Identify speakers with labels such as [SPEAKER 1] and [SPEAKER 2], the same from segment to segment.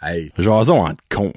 [SPEAKER 1] Hey, jason entre con.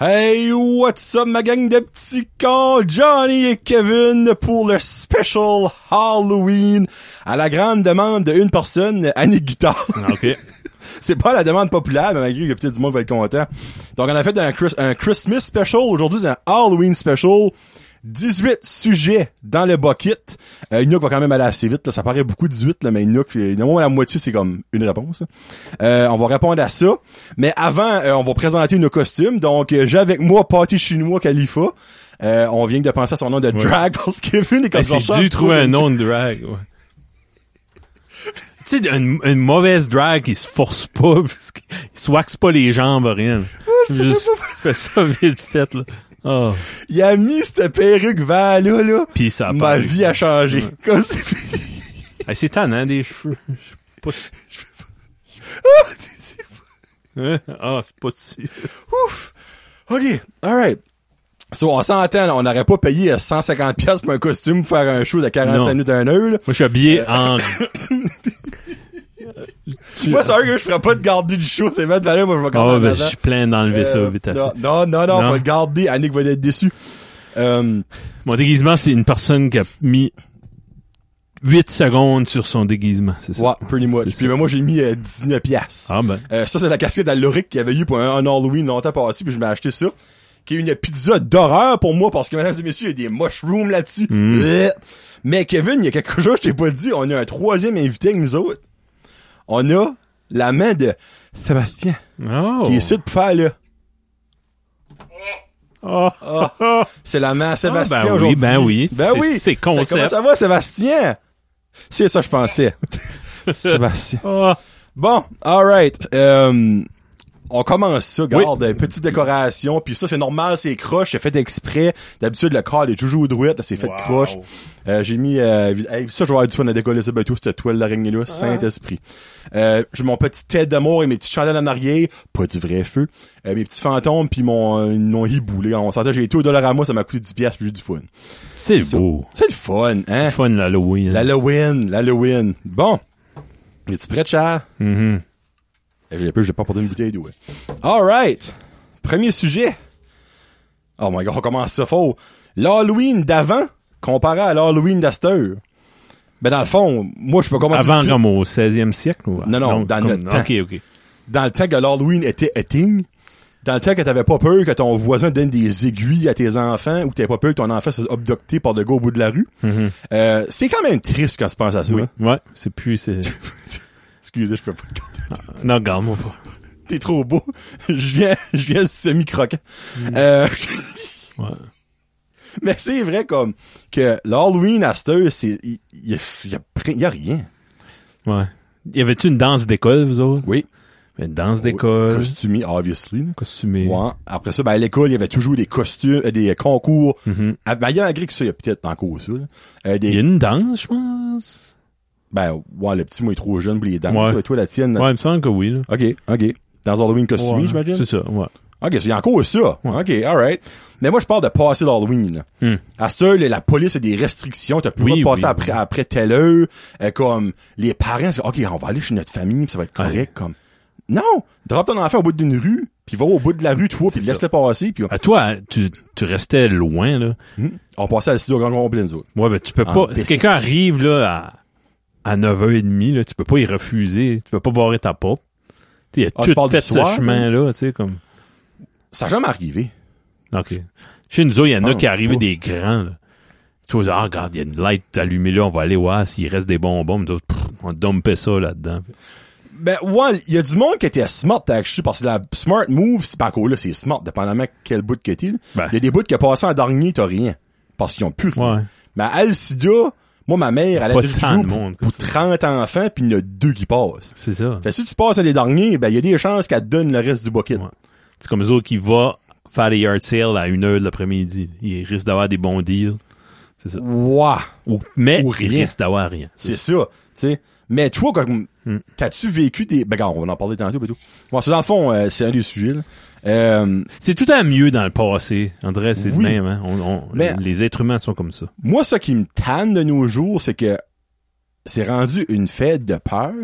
[SPEAKER 1] Hey, what's up ma gang de petits cons, Johnny et Kevin pour le special Halloween à la grande demande d'une personne, Annie Guitare.
[SPEAKER 2] Ah, OK.
[SPEAKER 1] C'est pas la demande populaire, mais malgré que peut-être du monde va être content. Donc on a fait un, Chris- un Christmas special, aujourd'hui c'est un Halloween special. 18 sujets dans le bucket. Euh, Inook va quand même aller assez vite. là. Ça paraît beaucoup 18, là, mais Inook, euh, au moins la moitié, c'est comme une réponse. Euh, on va répondre à ça. Mais avant, euh, on va présenter nos costumes. Donc, euh, j'ai avec moi Patty Chinois Khalifa. Euh, on vient de penser à son nom de drag parce que Kevin est comme
[SPEAKER 2] Hey, Ben, c'est
[SPEAKER 1] Jean-Charles
[SPEAKER 2] dû trouver
[SPEAKER 1] Proulx.
[SPEAKER 2] un nom de drag. ouais. tu sais, une, une mauvaise drag qui se force pas, parce qu'il- il se wax pas les jambes, rien. Je juste fais ça vite fait, là. Oh.
[SPEAKER 1] Il a mis cette perruque vert là, là.
[SPEAKER 2] Pis ça a
[SPEAKER 1] Ma
[SPEAKER 2] paru.
[SPEAKER 1] vie a changé. Comme c'est
[SPEAKER 2] Hey, c'est tannant, des cheveux. Je suis pas... Hein? Ah, je suis pas dessus.
[SPEAKER 1] Ouf! OK, alright. So, on s'entend, là, on n'aurait pas payé euh, 150$ piastres pour un costume pour faire un show de 45
[SPEAKER 2] Non.
[SPEAKER 1] minutes d'un heure. là.
[SPEAKER 2] Moi, je suis habillé en... Euh,
[SPEAKER 1] Moi, sérieux, je ferais pas de garder du show, c'est mettre valeur, moi je vais quand
[SPEAKER 2] Ah ouais,
[SPEAKER 1] même
[SPEAKER 2] ben,
[SPEAKER 1] avant.
[SPEAKER 2] je suis plein d'enlever ça
[SPEAKER 1] Euh,
[SPEAKER 2] vite à
[SPEAKER 1] non,
[SPEAKER 2] ça.
[SPEAKER 1] non, non, non,
[SPEAKER 2] Non.
[SPEAKER 1] on va le garder. Annick va être déçue. Euh,
[SPEAKER 2] Mon déguisement, c'est une personne qui a mis 8 secondes sur son déguisement, c'est ça?
[SPEAKER 1] ouais, pretty much.
[SPEAKER 2] C'est
[SPEAKER 1] Puis
[SPEAKER 2] ça.
[SPEAKER 1] moi, j'ai mis euh, 19 piastres.
[SPEAKER 2] Ah ben.
[SPEAKER 1] Euh, ça, c'est la casquette d'Aloric qu'il y avait eu pour un, un Halloween longtemps passé, puis je m'ai acheté ça. Qui est une pizza d'horreur pour moi, parce que, mesdames et messieurs, il y a des mushrooms là-dessus.
[SPEAKER 2] Mm.
[SPEAKER 1] Euh. Mais Kevin, il y a quelque chose, je t'ai pas dit, on a un troisième invité avec nous autres. On a la main de Sébastien,
[SPEAKER 2] Oh.
[SPEAKER 1] qui est ici pour faire, là.
[SPEAKER 2] Oh.
[SPEAKER 1] C'est la main à Sébastien
[SPEAKER 2] ben oui,
[SPEAKER 1] aujourd'hui.
[SPEAKER 2] ben oui.
[SPEAKER 1] Ben
[SPEAKER 2] C'est-
[SPEAKER 1] oui.
[SPEAKER 2] c'est
[SPEAKER 1] Fait,
[SPEAKER 2] concept.
[SPEAKER 1] Comment ça va, Sébastien? C'est ça, je pensais. Sébastien.
[SPEAKER 2] Oh.
[SPEAKER 1] Bon, alright. Euh, on commence ça, garde, euh, petite décoration, puis ça c'est normal, c'est croche, c'est fait exprès. D'habitude le corps est toujours droit, là, c'est fait
[SPEAKER 2] Wow.
[SPEAKER 1] croche. Euh, j'ai mis euh, vi- hey, ça je vais avoir du fun à décoller ça ben tout cette toile d'araignée là, Saint-Esprit. Euh, j'ai mon petit tête d'amour et mes petits chandelles en arrière, pas du vrai feu. Euh, mes petits fantômes puis mon euh, mon hibou là, on s'entend, j'ai été au dollar à moi, ça m'a coûté 10 pièces, j'ai eu du fun.
[SPEAKER 2] C'est
[SPEAKER 1] Ça-
[SPEAKER 2] beau.
[SPEAKER 1] C'est le fun, hein.
[SPEAKER 2] C'est fun, l'Halloween.
[SPEAKER 1] L'Halloween, l'Halloween. Bon. Es-tu prêt, cher?
[SPEAKER 2] Mhm.
[SPEAKER 1] J'ai peur, j'ai pas porté une bouteille d'eau. hein. Alright. Premier sujet. Oh my god, on commence ça faux. L'Halloween d'avant, comparé à l'Halloween d'Aster. Ben, dans le fond, moi, je peux commencer.
[SPEAKER 2] Avant,
[SPEAKER 1] tout de
[SPEAKER 2] comme au 16e siècle, ou?
[SPEAKER 1] Non, non, dans
[SPEAKER 2] comme-
[SPEAKER 1] notre temps.
[SPEAKER 2] OK, OK.
[SPEAKER 1] suite. Dans le temps que l'Halloween était éting, dans le temps que t'avais pas peur que ton voisin donne des aiguilles à tes enfants ou que t'avais pas peur que ton enfant se fasse abducter par le gars au bout de la rue, euh, c'est quand même triste quand tu penses à ça. hein.
[SPEAKER 2] Ouais, c'est plus... c'est-
[SPEAKER 1] Excusez, je peux pas te
[SPEAKER 2] non, regarde-moi pas.
[SPEAKER 1] t'es trop beau. Je viens, je viens semi-croquant. Euh,
[SPEAKER 2] Mm. Ouais.
[SPEAKER 1] Mais c'est vrai comme que l'Halloween à cette heure, c'est, il il y, a- il y a pr- il y a rien.
[SPEAKER 2] Ouais. Y avait-tu une danse d'école, vous autres?
[SPEAKER 1] Oui.
[SPEAKER 2] Une danse d'école,
[SPEAKER 1] Costumé, obviously. là.
[SPEAKER 2] costumée.
[SPEAKER 1] Ouais. Après ça, ben, à l'école, il y avait toujours des costumes, euh, des concours.
[SPEAKER 2] Mm-hmm.
[SPEAKER 1] Ah, Ben, il y a malgré que ça, il y a peut-être encore ça, là. Euh, des,
[SPEAKER 2] Y a une danse, je pense?
[SPEAKER 1] ben, ouais, le petit moi est trop jeune pour les danses.
[SPEAKER 2] Ouais.
[SPEAKER 1] Ouais, toi, la tienne.
[SPEAKER 2] Ouais, il me semble que oui, là.
[SPEAKER 1] OK, OK. Dans Halloween costumé,
[SPEAKER 2] Ouais.
[SPEAKER 1] j'imagine?
[SPEAKER 2] C'est ça, ouais.
[SPEAKER 1] OK, c'est encore ça. OK, alright. Mais moi, je parle de passer l'Halloween. là.
[SPEAKER 2] Hmm.
[SPEAKER 1] À ce heure, la police a des restrictions. T'as plus le
[SPEAKER 2] Oui,
[SPEAKER 1] droit de passer
[SPEAKER 2] oui,
[SPEAKER 1] après, après telle heure. Euh, comme, les parents, c'est, OK, on va aller chez notre famille, puis ça va être correct.
[SPEAKER 2] Ouais.
[SPEAKER 1] Comme, non! Drop ton enfant au bout d'une rue, puis va au bout de la rue, tu vois, puis
[SPEAKER 2] C'est
[SPEAKER 1] laisse-le passer, puis
[SPEAKER 2] À toi, tu, tu restais loin, là.
[SPEAKER 1] on, on passait à la studio grand complet, nous autres.
[SPEAKER 2] Ouais, ben tu peux
[SPEAKER 1] En
[SPEAKER 2] pas. Si
[SPEAKER 1] décembre.
[SPEAKER 2] quelqu'un arrive là à, à 9h30, là, tu peux pas y refuser. Tu peux pas barrer ta porte. Tu sais, Il a
[SPEAKER 1] Ah, tu
[SPEAKER 2] tout
[SPEAKER 1] parles
[SPEAKER 2] fait
[SPEAKER 1] du soir,
[SPEAKER 2] ce chemin-là, tu sais, comme.
[SPEAKER 1] Ça n'a jamais arrivé.
[SPEAKER 2] OK. Chez nous autres, il y en a
[SPEAKER 1] pense
[SPEAKER 2] qui arrivaient
[SPEAKER 1] pas.
[SPEAKER 2] des grands, là. Tu vois, ah, regarde, il y a une light allumée là, on va aller voir s'il reste des bonbons. Nous autres, pff, on dumpait ça là-dedans.
[SPEAKER 1] Ben, ouais, il y a du monde qui était smart actually, parce que la smart move, c'est pas cool, là, c'est smart, dépendamment quel bout que t'es, là. Il
[SPEAKER 2] Ben.
[SPEAKER 1] y a des bouts qui passent en dernier, t'as rien. Parce qu'ils ont plus rien.
[SPEAKER 2] Ouais.
[SPEAKER 1] Mais à Alcida, moi, ma mère, elle
[SPEAKER 2] Pas
[SPEAKER 1] a toujours
[SPEAKER 2] tant de
[SPEAKER 1] pour,
[SPEAKER 2] monde que
[SPEAKER 1] pour
[SPEAKER 2] ça.
[SPEAKER 1] 30 enfants, puis il y en a deux qui passent.
[SPEAKER 2] C'est ça.
[SPEAKER 1] Fait que si tu passes à les derniers, ben, il y a des chances qu'elle te donne le reste du bucket.
[SPEAKER 2] Ouais. C'est comme eux autres qui vont faire des yard sales à 1h de l'après-midi. Ils risquent d'avoir des bons deals. C'est ça.
[SPEAKER 1] Ouah,
[SPEAKER 2] Ou, mais
[SPEAKER 1] Ou
[SPEAKER 2] ils
[SPEAKER 1] rien.
[SPEAKER 2] risquent d'avoir rien.
[SPEAKER 1] c'est ça, tu sais. Mais toi, comme,
[SPEAKER 2] Hmm.
[SPEAKER 1] T'as-tu vécu des... Ben, regarde, on va en parler tantôt, et tout. Bon, c'est dans le fond, euh, c'est un des sujets, là. Euh,
[SPEAKER 2] C'est tout à mieux dans le passé. André, c'est le
[SPEAKER 1] Oui.
[SPEAKER 2] même. Hein? On- on-
[SPEAKER 1] Mais-
[SPEAKER 2] Les êtres humains sont comme ça.
[SPEAKER 1] moi, ce qui me tanne de nos jours, c'est que c'est rendu une fête de peur.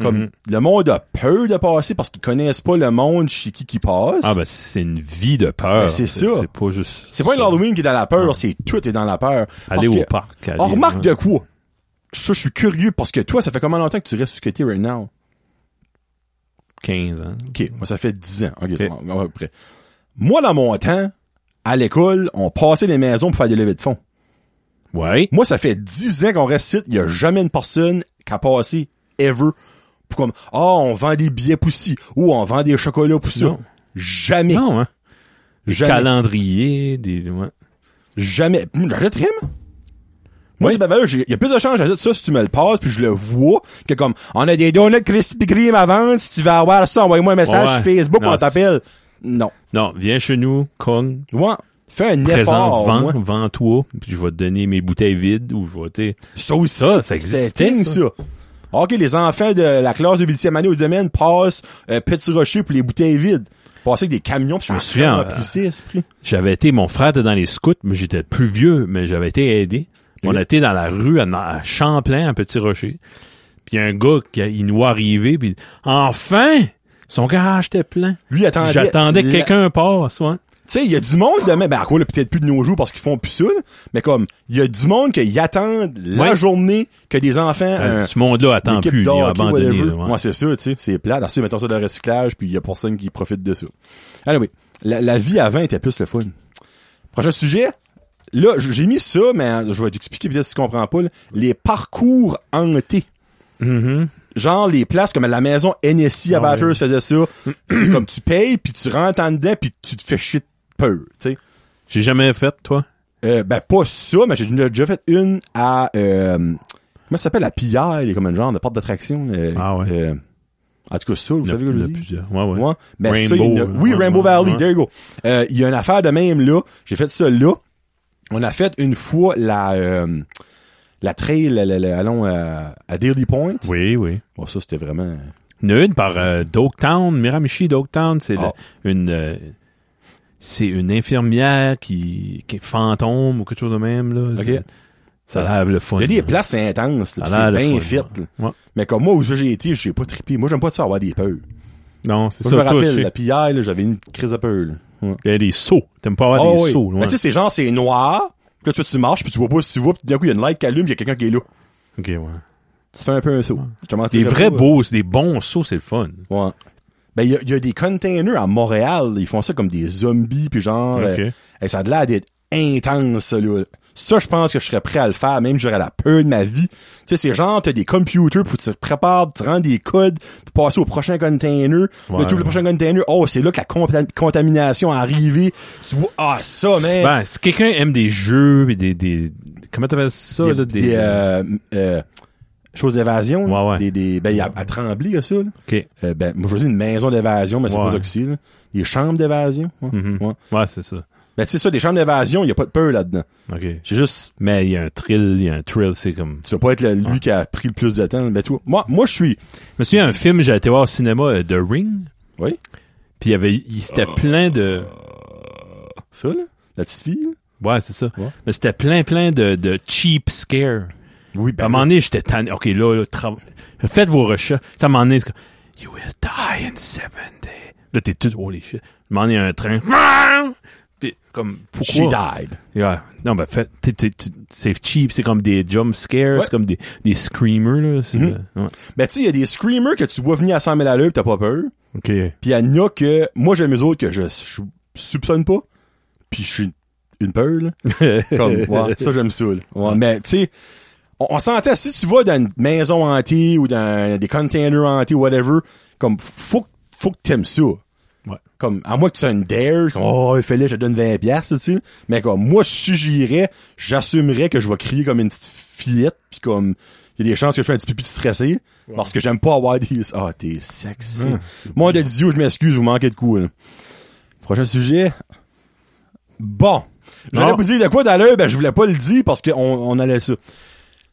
[SPEAKER 1] Comme
[SPEAKER 2] Mhm.
[SPEAKER 1] le monde a peur de passer parce qu'ils connaissent pas le monde chez qui qui passe.
[SPEAKER 2] Ah ben c'est une vie de
[SPEAKER 1] Ben,
[SPEAKER 2] peur.
[SPEAKER 1] c'est ça.
[SPEAKER 2] C'est pas juste.
[SPEAKER 1] c'est pas l'Halloween qui est dans la peur, c'est tout est dans la peur. Parce
[SPEAKER 2] Aller
[SPEAKER 1] que-
[SPEAKER 2] au parc. Aller, hein,
[SPEAKER 1] on remarque
[SPEAKER 2] ouais.
[SPEAKER 1] de quoi? Ça, je suis curieux parce que toi, ça fait combien longtemps que tu restes où tu right now?
[SPEAKER 2] 15 ans.
[SPEAKER 1] OK, moi, ça fait 10 ans. OK, c'est bon, à peu près. Moi, dans mon temps, à l'école, on passait les maisons pour faire des levées de fonds.
[SPEAKER 2] Ouais.
[SPEAKER 1] Moi, ça fait 10 ans qu'on reste ici, il y a jamais une personne qui a passé, ever, pour comme, ah, on vend des billets poussis, ou on vend des chocolats poussés.
[SPEAKER 2] Non.
[SPEAKER 1] Jamais,
[SPEAKER 2] Non, hein. Des
[SPEAKER 1] Jamais.
[SPEAKER 2] calendriers, des. Ouais.
[SPEAKER 1] jamais. Hum, J'achète rien, moi. Moi, c'est pas valeur, j'ai- il y a plus de chances, j'achète ça si tu me le passes, puis je le vois, que comme, on a des donuts Krispy Kreme à vendre, si tu veux avoir ça, envoie-moi un message
[SPEAKER 2] Ouais,
[SPEAKER 1] sur
[SPEAKER 2] ouais.
[SPEAKER 1] Facebook,
[SPEAKER 2] Non,
[SPEAKER 1] on t'appelle. Non.
[SPEAKER 2] Non, viens chez nous, cogne,
[SPEAKER 1] Ouais. Fais un
[SPEAKER 2] présente,
[SPEAKER 1] effort,
[SPEAKER 2] vends,
[SPEAKER 1] moi.
[SPEAKER 2] vends-toi, puis je vais te donner mes bouteilles vides ou je vais, t'sais,
[SPEAKER 1] Ça aussi.
[SPEAKER 2] Ça, ça
[SPEAKER 1] C'était
[SPEAKER 2] existait,
[SPEAKER 1] thing, ça.
[SPEAKER 2] ça.
[SPEAKER 1] OK, les enfants de la classe de 8e année au domaine passent euh, Petit Rocher pour les bouteilles vides. Passer avec des camions, puis je me
[SPEAKER 2] souviens, euh,
[SPEAKER 1] esprit.
[SPEAKER 2] J'avais été, mon frère était dans les scouts, mais j'étais plus vieux, mais j'avais été aidé. On
[SPEAKER 1] Oui.
[SPEAKER 2] a été dans la rue à, à Champlain, à Petit Rocher. Puis y a un gars qui a- il nous arrivait, puis enfin, son garage était plein.
[SPEAKER 1] Lui il attendait.
[SPEAKER 2] J'attendais que
[SPEAKER 1] la-
[SPEAKER 2] quelqu'un passe, ouais.
[SPEAKER 1] Tu sais, il y a du monde demain. Ben, à quoi, là, peut-être plus de nos jours parce qu'ils font plus ça, là. Mais comme, il y a du monde qui attendent la
[SPEAKER 2] Ouais.
[SPEAKER 1] journée que des enfants. euh,
[SPEAKER 2] ce monde-là
[SPEAKER 1] une
[SPEAKER 2] attend
[SPEAKER 1] équipe
[SPEAKER 2] plus, il
[SPEAKER 1] de
[SPEAKER 2] a
[SPEAKER 1] hockey,
[SPEAKER 2] abandonné.
[SPEAKER 1] whatever.
[SPEAKER 2] là, ouais.
[SPEAKER 1] Ouais, c'est ça, tu sais. C'est plat. Ensuite, mettons ça dans le recyclage, puis il y a personne qui profite de ça. Anyway, la, la vie avant était plus le fun. Prochain sujet. Là, j- j'ai mis ça, mais hein, je vais t'expliquer peut-être si tu comprends pas. là. Les parcours hantés.
[SPEAKER 2] Mm-hmm.
[SPEAKER 1] Genre les places comme à la maison NSI à
[SPEAKER 2] Ah Ouais.
[SPEAKER 1] Batters faisait ça. C'est comme tu payes, puis tu rentres en dedans, puis tu te fais shit peu, tu sais.
[SPEAKER 2] J'ai jamais fait, toi.
[SPEAKER 1] Euh, ben, pas ça, mais j'ai déjà fait une à... Euh, comment ça s'appelle? La Pillère, il est comme un genre de porte d'attraction. euh,
[SPEAKER 2] Ah ouais.
[SPEAKER 1] euh, en tout cas, ça, vous
[SPEAKER 2] Il y en a-
[SPEAKER 1] savez que je
[SPEAKER 2] il y en
[SPEAKER 1] le
[SPEAKER 2] a
[SPEAKER 1] dis?
[SPEAKER 2] plusieurs. Ouais, ouais.
[SPEAKER 1] Ouais. Mais
[SPEAKER 2] Rainbow,
[SPEAKER 1] ça, il y en a-
[SPEAKER 2] là.
[SPEAKER 1] oui,
[SPEAKER 2] Ouais,
[SPEAKER 1] Rainbow
[SPEAKER 2] ouais,
[SPEAKER 1] Valley,
[SPEAKER 2] ouais.
[SPEAKER 1] there you go. Euh, Il y a une affaire de même là. J'ai fait ça là. On a fait une fois la euh, la trail, la- la- la- allons euh, à Daily Point.
[SPEAKER 2] Oui, oui.
[SPEAKER 1] Bon, ça c'était vraiment.
[SPEAKER 2] Il y en a une par euh, Dogtown, Miramichi Dogtown, c'est
[SPEAKER 1] Ah.
[SPEAKER 2] le- une euh, c'est une infirmière qui, qui est fantôme ou quelque chose de même là.
[SPEAKER 1] Ok.
[SPEAKER 2] C'est- Ça a l'air le fun.
[SPEAKER 1] Il y a des
[SPEAKER 2] là.
[SPEAKER 1] places intenses, là, pis
[SPEAKER 2] Ça a
[SPEAKER 1] c'est
[SPEAKER 2] l'air le
[SPEAKER 1] bien
[SPEAKER 2] fun,
[SPEAKER 1] fit.
[SPEAKER 2] ouais.
[SPEAKER 1] là.
[SPEAKER 2] Ouais.
[SPEAKER 1] Mais comme moi où j'ai été, j'ai pas trippé. Moi j'aime pas de ça avoir des peurs.
[SPEAKER 2] Non, c'est
[SPEAKER 1] Moi,
[SPEAKER 2] ça
[SPEAKER 1] je me
[SPEAKER 2] toi,
[SPEAKER 1] rappelle,
[SPEAKER 2] tu sais.
[SPEAKER 1] la pillère, là, j'avais une crise de peur. là. Ouais.
[SPEAKER 2] Il y a des sauts. T'aimes pas avoir
[SPEAKER 1] Ah
[SPEAKER 2] des
[SPEAKER 1] oui.
[SPEAKER 2] sauts.
[SPEAKER 1] Mais tu sais, c'est genre c'est noir. Puis Là, tu, tu marches, puis tu vois pas si tu vois, puis d'un coup, il y a une light qui allume, il y a quelqu'un qui est là.
[SPEAKER 2] OK, ouais.
[SPEAKER 1] Tu fais un peu un saut. Je te
[SPEAKER 2] Des
[SPEAKER 1] mentirais
[SPEAKER 2] vrais
[SPEAKER 1] pas.
[SPEAKER 2] beaux, c'est des bons sauts, c'est le fun.
[SPEAKER 1] Ouais. Ben, il y a, il y a des containers à Montréal, ils font ça comme des zombies, puis genre...
[SPEAKER 2] Ok.
[SPEAKER 1] euh, eh, ça a de l'air d'être intense, ça, là. Ça, je pense que je serais prêt à le faire, même si j'aurais la peur de ma vie. Tu sais, c'est genre, t'as des computers, faut que tu te prépares, tu rends des codes, pour passer au prochain container. Là,
[SPEAKER 2] Ouais.
[SPEAKER 1] tu ouvres le prochain container, oh, c'est là que la conta- contamination est arrivée. Tu vois, ah, ça, man!
[SPEAKER 2] Ben, si quelqu'un aime des jeux et des, des comment t'appelles ça
[SPEAKER 1] Des,
[SPEAKER 2] là des,
[SPEAKER 1] des, euh, euh, choses d'évasion. là.
[SPEAKER 2] Ouais, ouais.
[SPEAKER 1] Des, des, ben, il y a à Tremblay, il y a ça, là.
[SPEAKER 2] OK.
[SPEAKER 1] Euh, ben, moi, je dis une maison d'évasion, mais c'est
[SPEAKER 2] Ouais.
[SPEAKER 1] pas ça que c'est, là. Des chambres d'évasion. Ouais. ouais.
[SPEAKER 2] Ouais, c'est ça.
[SPEAKER 1] Ben, tu sais ça, des chambres d'évasion, il n'y a pas de peur là-dedans.
[SPEAKER 2] OK.
[SPEAKER 1] C'est juste,
[SPEAKER 2] Mais il y a un thrill, il y a un thrill, c'est comme
[SPEAKER 1] tu vas pas être le- lui qui a pris le plus de temps. Ben, toi, moi, moi, je suis...
[SPEAKER 2] Je me souviens un film, j'ai été voir au cinéma, euh, The Ring,
[SPEAKER 1] Oui,
[SPEAKER 2] puis il y avait, il- c'était plein de,
[SPEAKER 1] ça, là. La petite fille, là.
[SPEAKER 2] ouais, c'est ça.
[SPEAKER 1] Ouais.
[SPEAKER 2] Mais c'était plein, plein de, de cheap scare.
[SPEAKER 1] Oui, ben,
[SPEAKER 2] à un moment donné, j'étais tanné. OK, là, là tra- faites vos recherches. À un moment donné, c'est comme, You will die in seven days. Là, t'es tout, holy shit. À un moment donné, il y a un train. Puis, comme,
[SPEAKER 1] She
[SPEAKER 2] pourquoi?
[SPEAKER 1] died.
[SPEAKER 2] Ouais. Non, ben, fait, t'es- t'es- t'es- c'est cheap, c'est comme des jump scares,
[SPEAKER 1] Ouais.
[SPEAKER 2] c'est comme des, des screamers, là. c'est- ouais.
[SPEAKER 1] Ben, tu sais, il y a des screamers que tu vois venir à 100 000 à l'heure pis t'as pas peur.
[SPEAKER 2] OK.
[SPEAKER 1] Puis il y en a que... Moi, j'aime les autres que je, je soupçonne pas. Puis je suis une peur, là. Comme, ouais, ça, j'aime ça, là. Ouais, mais, tu sais... On, on s'entend, si tu vas dans une maison hantée ou dans des containers hantés, whatever, comme, faut, faut que t'aimes ça.
[SPEAKER 2] Ouais.
[SPEAKER 1] comme à moins que tu sois une dare comme oh il fallait je te donne 20 pièces tu sais mais comme moi si j'irais j'assumerais que je vais crier comme une petite fillette puis comme il y a des chances que je fasse un petit pipi stressé parce que j'aime pas avoir des ah t'es sexy moi de Dieu je m'excuse vous manquez de coups là. prochain sujet bon j'allais
[SPEAKER 2] Non.
[SPEAKER 1] vous dire de quoi d'ailleurs ben je voulais pas le dire parce qu'on on allait ça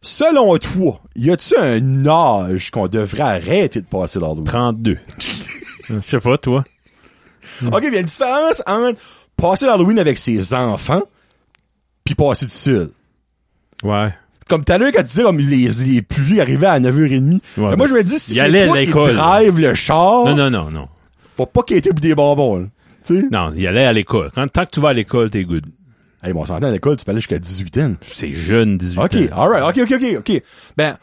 [SPEAKER 1] Selon toi, y a-tu un âge qu'on devrait arrêter de passer l'Halloween?
[SPEAKER 2] 32. Je sais pas, toi.
[SPEAKER 1] Mm. OK, il y a une différence entre passer l'Halloween avec ses enfants puis passer tout seul.
[SPEAKER 2] Ouais.
[SPEAKER 1] Comme tout à l'heure, quand tu disais, comme les, les plus vieux arrivaient à 9h30.
[SPEAKER 2] Ouais,
[SPEAKER 1] mais
[SPEAKER 2] ben,
[SPEAKER 1] moi, je me dis, si
[SPEAKER 2] il
[SPEAKER 1] c'est
[SPEAKER 2] allait
[SPEAKER 1] toi
[SPEAKER 2] à
[SPEAKER 1] qui
[SPEAKER 2] l'école.
[SPEAKER 1] drive le char,
[SPEAKER 2] Non, non, non, non.
[SPEAKER 1] faut pas qu'il ait été pour des bonbons, là. Tu sais?
[SPEAKER 2] Non, il allait à l'école. Quand, tant que tu vas à l'école, t'es good.
[SPEAKER 1] Hey, bon, on s'entend à l'école, tu peux aller jusqu'à 18 ans.
[SPEAKER 2] C'est jeune, 18
[SPEAKER 1] OK,
[SPEAKER 2] ans.
[SPEAKER 1] alright, OK, OK, OK, OK. Ben,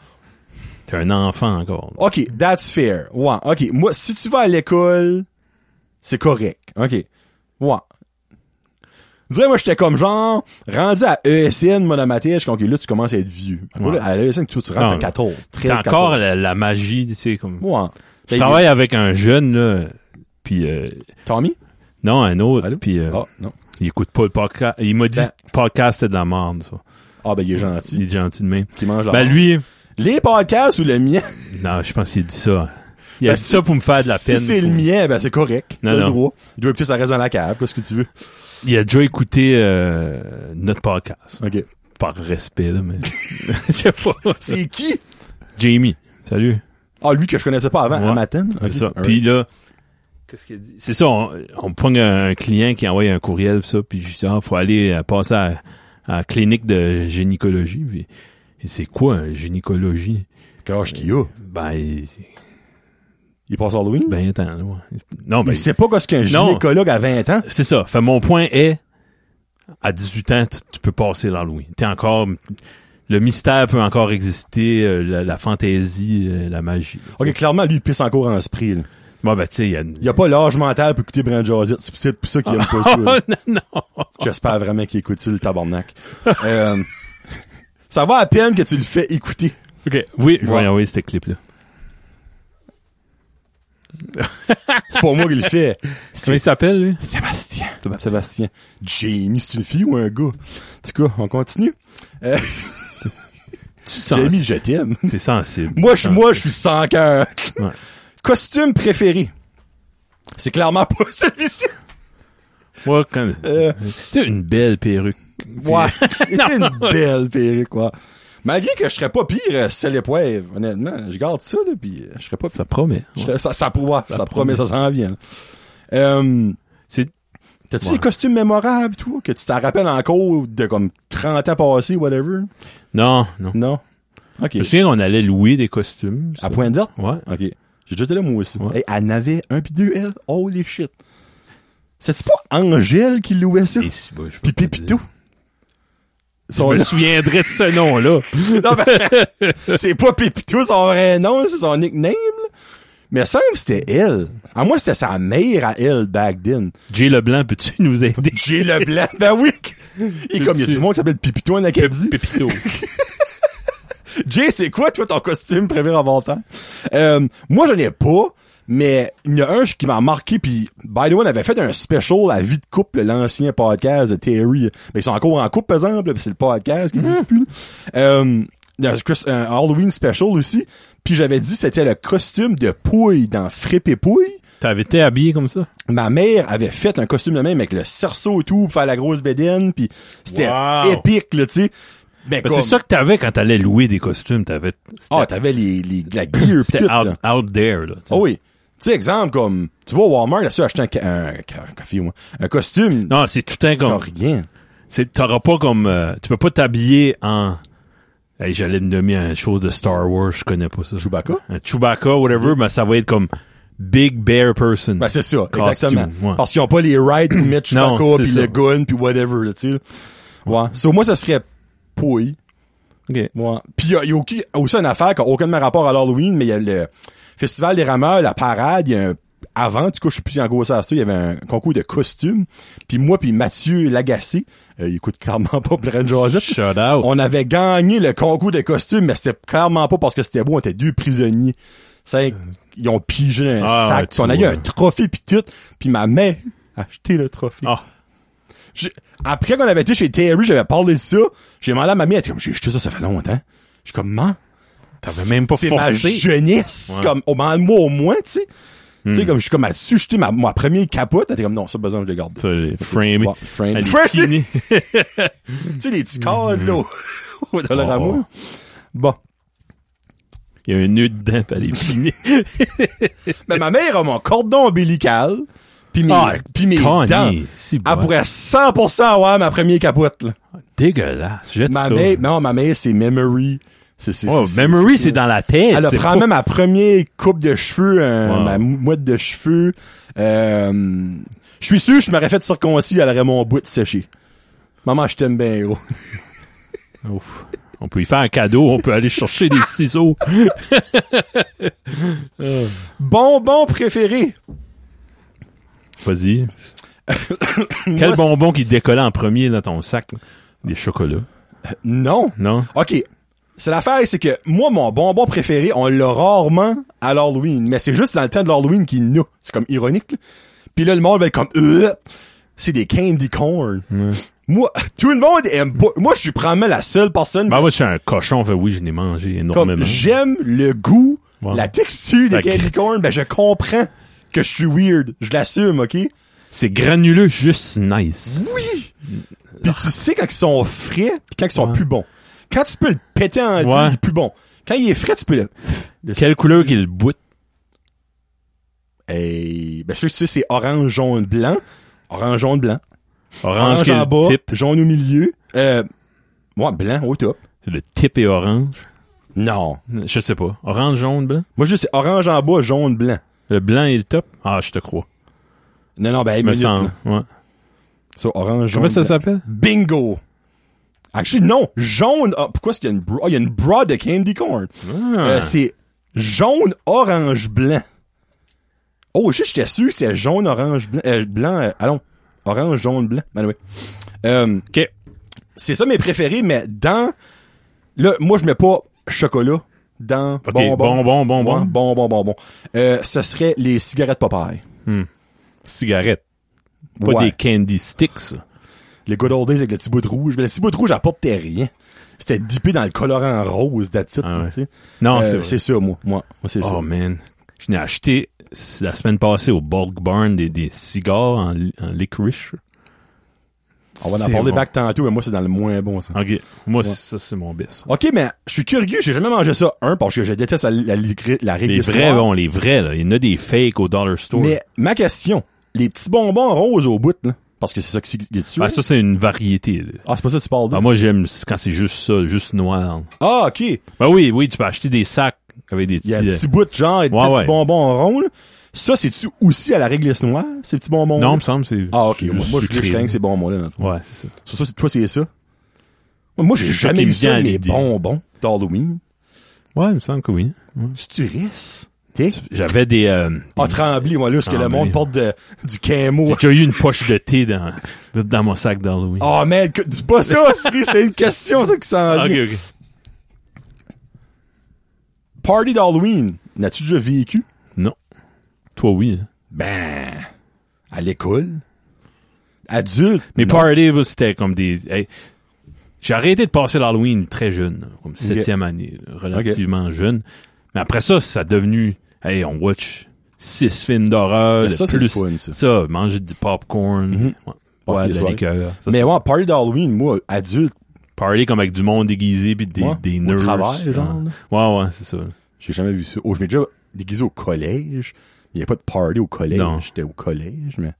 [SPEAKER 2] T'es un enfant encore.
[SPEAKER 1] OK, that's fair. Ouais, OK. Moi, si tu vas à l'école, c'est correct. OK. Ouais. Dirais, moi, j'étais comme genre, rendu à ESN, moi, dans ma tête, je suis comme, OK, là, tu commences à être vieux. Moi, là, À l'ESN, tu, tu rentres
[SPEAKER 2] Non,
[SPEAKER 1] à 14, 13,
[SPEAKER 2] T'as
[SPEAKER 1] 14.
[SPEAKER 2] encore la, la magie, tu sais, comme...
[SPEAKER 1] Ouais.
[SPEAKER 2] Tu
[SPEAKER 1] Ben,
[SPEAKER 2] travailles avec un jeune, là, puis... euh,
[SPEAKER 1] Tommy?
[SPEAKER 2] non, un autre, puis... euh,
[SPEAKER 1] Ah, non.
[SPEAKER 2] Il écoute pas le podcast. Il m'a dit
[SPEAKER 1] Ben-
[SPEAKER 2] podcast, c'est de la merde, ça.
[SPEAKER 1] Ah, ben, il est
[SPEAKER 2] Il
[SPEAKER 1] gentil.
[SPEAKER 2] est gentil de même.
[SPEAKER 1] Il mange la
[SPEAKER 2] Ben
[SPEAKER 1] marde.
[SPEAKER 2] lui,
[SPEAKER 1] Les podcasts ou le mien?
[SPEAKER 2] non, je pense qu'il dit ça. Il
[SPEAKER 1] Ben,
[SPEAKER 2] a dit ça pour me faire Ah, de la
[SPEAKER 1] si
[SPEAKER 2] peine.
[SPEAKER 1] c'est le mien, ben, c'est correct.
[SPEAKER 2] Non,
[SPEAKER 1] T'as le
[SPEAKER 2] non.
[SPEAKER 1] droit. Il doit écouter, ça reste dans la cave, qu'est-ce que tu veux.
[SPEAKER 2] Il a déjà écouté euh, notre podcast.
[SPEAKER 1] OK.
[SPEAKER 2] Par respect, là, mais... Je sais pas.
[SPEAKER 1] C'est qui?
[SPEAKER 2] Jamie. Salut.
[SPEAKER 1] Ah, lui que je connaissais pas avant,
[SPEAKER 2] Ouais.
[SPEAKER 1] un matin.
[SPEAKER 2] C'est ça. Puis là, qu'est-ce qu'il dit? C'est ça, on, on prend un, un client qui envoie un courriel, pis ça, puis je dis, ah, faut aller euh, passer à, à la clinique de gynécologie. Puis, il dit, c'est quoi, un gynécologie?
[SPEAKER 1] Quel âge qu'il a?
[SPEAKER 2] Ben, il-
[SPEAKER 1] Il passe Halloween?
[SPEAKER 2] ben, attends, là, ouais. Non, ben,
[SPEAKER 1] il sait pas qu'est-ce qu'un
[SPEAKER 2] Non.
[SPEAKER 1] gynécologue à 20 ans.
[SPEAKER 2] c'est ça. Fait, mon point est, à 18 ans, tu, tu peux passer l'Halloween. T'es encore, le mystère peut encore exister, euh, la, la fantaisie, euh, la magie.
[SPEAKER 1] OK, clairement, lui, il pisse encore en spray. là.
[SPEAKER 2] Bon, ben, tu sais, il y a...
[SPEAKER 1] Il a pas l'âge mental pour écouter Brand Josette. C'est peut-être pour ça qu'il aime pas ça.
[SPEAKER 2] Oh,
[SPEAKER 1] là.
[SPEAKER 2] non, non.
[SPEAKER 1] J'espère vraiment qu'il écoute ça, le tabarnak. Euh, ça va à peine que tu le fais écouter.
[SPEAKER 2] OK. Oui, je
[SPEAKER 1] Ouais.
[SPEAKER 2] vais envoyer ce clip-là.
[SPEAKER 1] C'est pas moi qui le fais.
[SPEAKER 2] Comment il s'appelle, lui?
[SPEAKER 1] Sébastien. Sébastien. Jamie, c'est une fille ou un gars? En tout cas, on continue. Euh, Jamie, je t'aime.
[SPEAKER 2] C'est sensible.
[SPEAKER 1] Moi, je, moi, je suis sans cœur.
[SPEAKER 2] Ouais.
[SPEAKER 1] Costume préféré. C'est clairement pas celui-ci.
[SPEAKER 2] Moi, quand...
[SPEAKER 1] Euh,
[SPEAKER 2] T'as une belle perruque.
[SPEAKER 1] Ouais. C'était une belle perruque, quoi. Malgré que je serais pas pire euh, sel et poivre, honnêtement. Je garde ça, là, pis euh, je serais pas pire.
[SPEAKER 2] Ça promet.
[SPEAKER 1] Je
[SPEAKER 2] Ouais.
[SPEAKER 1] serais- Ça, ça, ouais, ça, promet, ça s'en vient. Euh,
[SPEAKER 2] C'est...
[SPEAKER 1] T'as-tu
[SPEAKER 2] Ouais.
[SPEAKER 1] des costumes mémorables, toi, que tu t'en rappelles encore de comme 30 ans passés, whatever?
[SPEAKER 2] Non, non.
[SPEAKER 1] Non? OK.
[SPEAKER 2] Je me souviens qu'on allait louer des costumes. ça.
[SPEAKER 1] À Pointe d'Or?
[SPEAKER 2] Ouais.
[SPEAKER 1] OK. J'ai déjà été là, moi aussi.
[SPEAKER 2] Ouais.
[SPEAKER 1] Hey, elle en avait un pis deux, elle. Holy shit. C'est-tu pas Angèle qui louait ça?
[SPEAKER 2] Et si, bah, je peux
[SPEAKER 1] Pis
[SPEAKER 2] pas te dire.
[SPEAKER 1] Pépito.
[SPEAKER 2] Je
[SPEAKER 1] Son
[SPEAKER 2] me souviendrai de ce nom-là.
[SPEAKER 1] Non, ben, c'est pas Pépito son vrai nom, c'est son nickname. là. Mais ça, c'était elle. À moi, c'était sa mère à elle, back then.
[SPEAKER 2] Jay Leblanc, peux-tu nous aider?
[SPEAKER 1] J'ai le blanc. Ben oui. Et comme il y a
[SPEAKER 2] Pépito.
[SPEAKER 1] du monde qui s'appelle Pépito en Acadie.
[SPEAKER 2] Pépito.
[SPEAKER 1] Jay, c'est quoi, toi, ton costume préféré avant le temps? Euh, moi, j'en ai pas, mais il y en a un qui m'a marqué, puis by the way, on avait fait un special à vie de couple, l'ancien podcast de Terry. Mais ils sont encore en couple, par exemple, là, puis c'est le podcast qui existe plus. là. Euh, il y a un Chris- un Halloween special aussi, puis j'avais dit c'était le costume de Pouille dans Frippe et Pouille.
[SPEAKER 2] T'avais été habillé comme ça?
[SPEAKER 1] Ma mère avait fait un costume de même avec le cerceau et tout pour faire la grosse bédaine, puis c'était
[SPEAKER 2] Wow.
[SPEAKER 1] épique, là, tu sais. Ben,
[SPEAKER 2] Ben,
[SPEAKER 1] comme-
[SPEAKER 2] c'est ça que t'avais quand t'allais louer des costumes. T'avais... C'était,
[SPEAKER 1] Ah, t'avais les, les, la gear, pis
[SPEAKER 2] c'était
[SPEAKER 1] tout, là.
[SPEAKER 2] out, out there, là.
[SPEAKER 1] Ah oui. Tu sais, exemple, comme, tu vas au Walmart, là, tu achètes un, ca- un, ca- un café, moi, un costume.
[SPEAKER 2] Non, c'est tout
[SPEAKER 1] t'as
[SPEAKER 2] un comme...
[SPEAKER 1] rien.
[SPEAKER 2] C'est- T'auras pas comme... euh, tu peux pas t'habiller en... Hey, J'allais me nommer une chose de Star Wars, je connais pas ça.
[SPEAKER 1] Chewbacca?
[SPEAKER 2] Un Chewbacca, whatever, mais ça va être comme Big Bear Person.
[SPEAKER 1] Ben, c'est ça,
[SPEAKER 2] Costume,
[SPEAKER 1] exactement.
[SPEAKER 2] ouais.
[SPEAKER 1] Parce qu'ils ont pas les rides pour mettre
[SPEAKER 2] Non,
[SPEAKER 1] Chewbacca,
[SPEAKER 2] c'est
[SPEAKER 1] puis
[SPEAKER 2] ça.
[SPEAKER 1] le gun, puis whatever, là, tu sais. Ouais. So, moi, ça serait pouille.
[SPEAKER 2] Ok.
[SPEAKER 1] Moi. Puis, il y a, y a aussi- aussi une affaire qui a aucunement rapport à l'Halloween, mais il y a le Festival des rameurs, la parade, il y a un, avant, du coup, je suis plus engrossé à ça, il y avait un concours de costumes. Puis moi, puis Mathieu Lagacé, euh, il écoute clairement pas Brad Joseph.
[SPEAKER 2] Shut out.
[SPEAKER 1] On avait gagné le concours des costumes, mais c'était clairement pas parce que c'était beau, on était deux prisonniers. Cinq, ils ont pigé un
[SPEAKER 2] Ah,
[SPEAKER 1] sac,
[SPEAKER 2] ouais, tu
[SPEAKER 1] puis on a eu
[SPEAKER 2] vois.
[SPEAKER 1] un trophée pis tout, puis ma main a acheté le trophée.
[SPEAKER 2] Ah,
[SPEAKER 1] J'ai- Après qu'on avait été chez Terry, j'avais parlé de ça, j'ai demandé à ma mie, elle était comme, j'ai acheté ça, ça fait longtemps. Je suis comme, man,
[SPEAKER 2] t'avais même pas
[SPEAKER 1] c'est ma
[SPEAKER 2] forcé.
[SPEAKER 1] jeunesse,
[SPEAKER 2] Ouais. Hmm.
[SPEAKER 1] comme, au moins, moi au moins, tu sais. Tu sais, comme, je suis comme, as-tu jeté ma, ma première capote? Elle était comme, non, ça, besoin, que je le garde.
[SPEAKER 2] Ça, les Framé.
[SPEAKER 1] Ouais, framé.
[SPEAKER 2] Elle est
[SPEAKER 1] Framé.
[SPEAKER 2] kinée. Hmm.
[SPEAKER 1] Tu sais, les petits cadres, là, au- au dollar à
[SPEAKER 2] Oh,
[SPEAKER 1] moi. Bon.
[SPEAKER 2] Il y a un nœud dedans, pis elle est pinée.
[SPEAKER 1] Mais ma mère a mon cordon ombilical, puis mes,
[SPEAKER 2] Ah,
[SPEAKER 1] puis mes
[SPEAKER 2] Connie,
[SPEAKER 1] dents.
[SPEAKER 2] si
[SPEAKER 1] Elle
[SPEAKER 2] bon.
[SPEAKER 1] pourrait 100% avoir ma première capote, là.
[SPEAKER 2] Dégueulasse. Jette
[SPEAKER 1] Ma
[SPEAKER 2] ça.
[SPEAKER 1] mère, non, ma mère, c'est memory. C'est, c'est,
[SPEAKER 2] Oh,
[SPEAKER 1] c'est- c'est-
[SPEAKER 2] memory, c'est dans la tête.
[SPEAKER 1] Elle a
[SPEAKER 2] c'est
[SPEAKER 1] prend
[SPEAKER 2] pas-
[SPEAKER 1] même ma première coupe de cheveux, hein,
[SPEAKER 2] Wow.
[SPEAKER 1] ma mou- mouette de cheveux. Euh, je suis sûr, que je m'aurais fait circoncis, elle aurait mon bout de séché. Maman, je t'aime bien, gros.
[SPEAKER 2] Ouf. On peut y faire un cadeau, on peut aller chercher des ciseaux.
[SPEAKER 1] Bonbon préféré.
[SPEAKER 2] Vas-y. Quel
[SPEAKER 1] Moi,
[SPEAKER 2] bonbon qui décollait en premier dans ton sac? là? Des chocolats.
[SPEAKER 1] c'est- Non.
[SPEAKER 2] Non?
[SPEAKER 1] OK. C'est l'affaire, c'est que moi, mon bonbon préféré, on l'a rarement à l'Halloween. Mais c'est juste dans le temps de l'Halloween qu'il nous. C'est comme ironique. là. Puis là, le monde va être comme... Euh, c'est des candy corn. Moi, tout le monde aime pas... Moi, je suis probablement la seule personne...
[SPEAKER 2] Ben, moi, je suis un cochon. Fait, oui, je n'ai mangé
[SPEAKER 1] comme
[SPEAKER 2] énormément.
[SPEAKER 1] j'aime le goût,
[SPEAKER 2] hein. Ouais.
[SPEAKER 1] la texture des
[SPEAKER 2] Fait que-
[SPEAKER 1] candy corn, ben je comprends que je suis weird. Je l'assume, OK?
[SPEAKER 2] C'est granuleux, juste nice.
[SPEAKER 1] Oui! Puis tu sais quand ils sont frais, puis quand ils sont
[SPEAKER 2] Ouais.
[SPEAKER 1] plus bons. Quand tu peux le péter en deux,
[SPEAKER 2] Ouais.
[SPEAKER 1] il est plus bon. Quand il est frais, tu peux le... le-
[SPEAKER 2] Quelle couleur qu'il bout?
[SPEAKER 1] Hey, ben je sais, c'est orange, jaune, blanc. Orange, jaune, blanc.
[SPEAKER 2] Orange,
[SPEAKER 1] Orange
[SPEAKER 2] qu'il
[SPEAKER 1] en bas,
[SPEAKER 2] type.
[SPEAKER 1] jaune au milieu. Euh, ouais, blanc au top.
[SPEAKER 2] Le type est orange.
[SPEAKER 1] Non.
[SPEAKER 2] Je sais pas. Orange, jaune, blanc.
[SPEAKER 1] Moi, juste, c'est orange en bas, jaune, blanc.
[SPEAKER 2] Le blanc est le top. Ah, je te crois.
[SPEAKER 1] Non, non, ben, hey,
[SPEAKER 2] Me
[SPEAKER 1] minute,
[SPEAKER 2] semble.
[SPEAKER 1] là.
[SPEAKER 2] Ouais.
[SPEAKER 1] Ça, orange, jaune,
[SPEAKER 2] Comment ça
[SPEAKER 1] blanc.
[SPEAKER 2] s'appelle?
[SPEAKER 1] Bingo! Actually, non, jaune. ah, pourquoi est-ce qu'il y a une bra? Ah, il y a une bra de candy corn.
[SPEAKER 2] Ah.
[SPEAKER 1] Euh, c'est jaune, orange, blanc. Oh, je j'étais sûr que c'était jaune, orange, blanc. euh, blanc, euh, allons, orange, jaune, blanc. Ben oui. Euh,
[SPEAKER 2] OK.
[SPEAKER 1] c'est ça mes préférés, mais dans. Là, moi, je mets pas chocolat dans
[SPEAKER 2] Ok,
[SPEAKER 1] bonbon.
[SPEAKER 2] bonbon, bonbon.
[SPEAKER 1] Ouais, bonbon, bonbon. Euh, ce serait les cigarettes Popeye.
[SPEAKER 2] Cigarette. Pas
[SPEAKER 1] Ouais.
[SPEAKER 2] des candy sticks. ça.
[SPEAKER 1] Les good old days avec le petit bout de rouge. Mais le petit bout de rouge apportait rien. C'était dippé dans le colorant rose d'attitude.
[SPEAKER 2] Ah ouais. Non, c'est vrai.
[SPEAKER 1] Euh, c'est ça, moi. Moi, moi c'est ça.
[SPEAKER 2] Oh man, je n'ai acheté s- la semaine passée au Bulk Barn des, des cigares en, li- en licorice.
[SPEAKER 1] On va en
[SPEAKER 2] C'est
[SPEAKER 1] parler
[SPEAKER 2] bon.
[SPEAKER 1] back tantôt, mais moi, c'est dans le moins bon, ça.
[SPEAKER 2] Ok, moi c- ça c'est mon best.
[SPEAKER 1] OK, mais je suis curieux. J'ai jamais mangé ça. Un, parce que je déteste la, la, la- la règle
[SPEAKER 2] Les
[SPEAKER 1] du
[SPEAKER 2] vrais,
[SPEAKER 1] soir.
[SPEAKER 2] bon, les vrais là, il y en a des fakes au Dollar Store. Ah,
[SPEAKER 1] Mais ma question, les petits bonbons roses au bout, là, parce que c'est ça qui qui est dessus.
[SPEAKER 2] Ah,
[SPEAKER 1] là.
[SPEAKER 2] ça c'est une variété. là.
[SPEAKER 1] Ah, c'est pas ça que tu parles de?
[SPEAKER 2] Ah, moi j'aime c- quand c'est juste ça, juste noir.
[SPEAKER 1] Ah, OK. Il
[SPEAKER 2] Ben oui, oui, tu peux acheter des sacs avec des petits.
[SPEAKER 1] y a un
[SPEAKER 2] euh,
[SPEAKER 1] petit bout de genre, et des
[SPEAKER 2] Ouais,
[SPEAKER 1] petits
[SPEAKER 2] ouais.
[SPEAKER 1] bonbons ronds. là. Ça, c'est-tu aussi à la réglisse noire, ces petits bonbons?
[SPEAKER 2] euh, non,
[SPEAKER 1] là?
[SPEAKER 2] me semble c'est.
[SPEAKER 1] Ah, OK.
[SPEAKER 2] c'est
[SPEAKER 1] Moi,
[SPEAKER 2] juste
[SPEAKER 1] moi, je
[SPEAKER 2] sucré,
[SPEAKER 1] je
[SPEAKER 2] là.
[SPEAKER 1] gagne ces bonbons-là, dans le fond.
[SPEAKER 2] Ouais, c'est ça.
[SPEAKER 1] Ça, ça, c'est- toi, c'est ça? Moi, j'ai
[SPEAKER 2] C'est ça
[SPEAKER 1] jamais
[SPEAKER 2] qui
[SPEAKER 1] eu
[SPEAKER 2] me vient
[SPEAKER 1] ça,
[SPEAKER 2] à
[SPEAKER 1] mes
[SPEAKER 2] l'idée.
[SPEAKER 1] bonbons d'Halloween.
[SPEAKER 2] Ouais, il me semble que oui. Ouais.
[SPEAKER 1] C'est-tu risque? T'es?
[SPEAKER 2] J'avais des. euh,
[SPEAKER 1] Ah, tremblé, moi, là, parce que le
[SPEAKER 2] Tremblé.
[SPEAKER 1] monde porte de- du camo.
[SPEAKER 2] J'ai déjà eu une poche de thé dans, dans mon sac d'Halloween.
[SPEAKER 1] Oh, man, que- dis pas ça, esprit, c'est une question, ça, qui s'en vient.
[SPEAKER 2] Ah, ok, ok.
[SPEAKER 1] Party d'Halloween, n'as-tu déjà vécu?
[SPEAKER 2] Non. Toi, oui. hein.
[SPEAKER 1] Ben, à l'école. Adulte.
[SPEAKER 2] Mes
[SPEAKER 1] non.
[SPEAKER 2] parties, bah, c'était comme des... hey, j'ai arrêté de passer l'Halloween très jeune, là, comme septième année, là, relativement jeune. Mais après ça, ça a devenu... Hey, on watch six films d'horreur.
[SPEAKER 1] Ben,
[SPEAKER 2] le
[SPEAKER 1] ça, c'est
[SPEAKER 2] plus,
[SPEAKER 1] le fun, ça. Mhm.
[SPEAKER 2] manger du popcorn, ouais,
[SPEAKER 1] Passer des
[SPEAKER 2] ouais, de la
[SPEAKER 1] soirées.
[SPEAKER 2] liqueur. Ça,
[SPEAKER 1] Mais
[SPEAKER 2] c'est
[SPEAKER 1] ouais, party d'Halloween, moi, adulte,
[SPEAKER 2] party comme avec du monde déguisé puis des,
[SPEAKER 1] Ouais,
[SPEAKER 2] des
[SPEAKER 1] au
[SPEAKER 2] nerds. hein.
[SPEAKER 1] travail, genre,
[SPEAKER 2] Ouais, ouais, c'est ça.
[SPEAKER 1] j'ai jamais vu ça. Oh, je m'ai déjà déguisé au collège. Il n'y a pas de party au collège.
[SPEAKER 2] Non.
[SPEAKER 1] J'étais au collège, mais...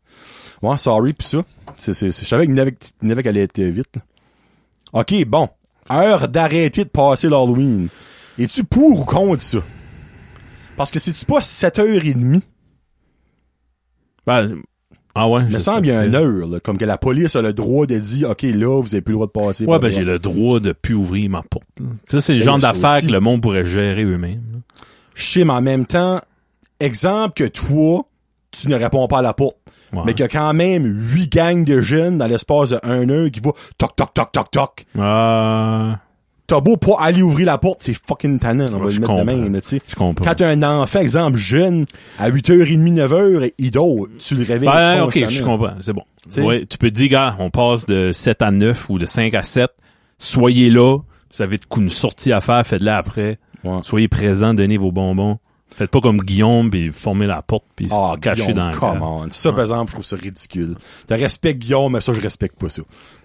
[SPEAKER 1] Ouais, sorry, pis ça. C'est, c'est, c'est- Je savais qu'il y en avait- qu'il y en avait qu'elle allait être euh, vite. là. OK, bon. Heure d'arrêter de passer l'Halloween. Es-tu pour ou contre ça? Parce que c'est-tu pas 7h30?
[SPEAKER 2] Ben, ah ouais.
[SPEAKER 1] Il me
[SPEAKER 2] je
[SPEAKER 1] semble
[SPEAKER 2] sais
[SPEAKER 1] qu'il y a
[SPEAKER 2] pas.
[SPEAKER 1] une heure, là, comme que la police a le droit de dire, OK, là, vous avez plus le droit de passer.
[SPEAKER 2] Ouais, ben
[SPEAKER 1] blablabla.
[SPEAKER 2] j'ai le droit de plus ouvrir ma porte. là. Ça, c'est le
[SPEAKER 1] Ben,
[SPEAKER 2] genre
[SPEAKER 1] ça
[SPEAKER 2] d'affaires
[SPEAKER 1] aussi.
[SPEAKER 2] que le monde pourrait gérer eux-mêmes. là.
[SPEAKER 1] Je sais, mais en même temps, exemple que toi, tu ne réponds pas à la porte.
[SPEAKER 2] Ouais.
[SPEAKER 1] Mais qu'il y a quand même huit gangs de jeunes dans l'espace de un heure qui vont toc, toc, toc, toc, toc.
[SPEAKER 2] Ah,
[SPEAKER 1] T'as beau pas aller ouvrir la porte, c'est fucking tannant. On va
[SPEAKER 2] Ouais,
[SPEAKER 1] le
[SPEAKER 2] je
[SPEAKER 1] mettre de
[SPEAKER 2] comprends.
[SPEAKER 1] même, là, tu sais.
[SPEAKER 2] je comprends.
[SPEAKER 1] Quand t'as un enfant, exemple, jeune, à 8h30, 9h, il dort, tu le réveilles.
[SPEAKER 2] Ben, ok,
[SPEAKER 1] constamment.
[SPEAKER 2] je comprends, c'est bon.
[SPEAKER 1] T'sais.
[SPEAKER 2] Ouais, tu peux dire, gars, on passe de 7 à 9 ou de 5 à 7. Soyez là. Vous avez de coup une sortie à faire, faites-la après.
[SPEAKER 1] Ouais.
[SPEAKER 2] Soyez présents, donnez vos bonbons. Faites pas comme Guillaume, puis former la porte, puis
[SPEAKER 1] Ah,
[SPEAKER 2] se cacher
[SPEAKER 1] Guillaume,
[SPEAKER 2] dans le
[SPEAKER 1] come
[SPEAKER 2] cadre.
[SPEAKER 1] on. Ça, par exemple, je trouve ça ridicule. Tu respectes Guillaume, mais ça, je respecte pas ça.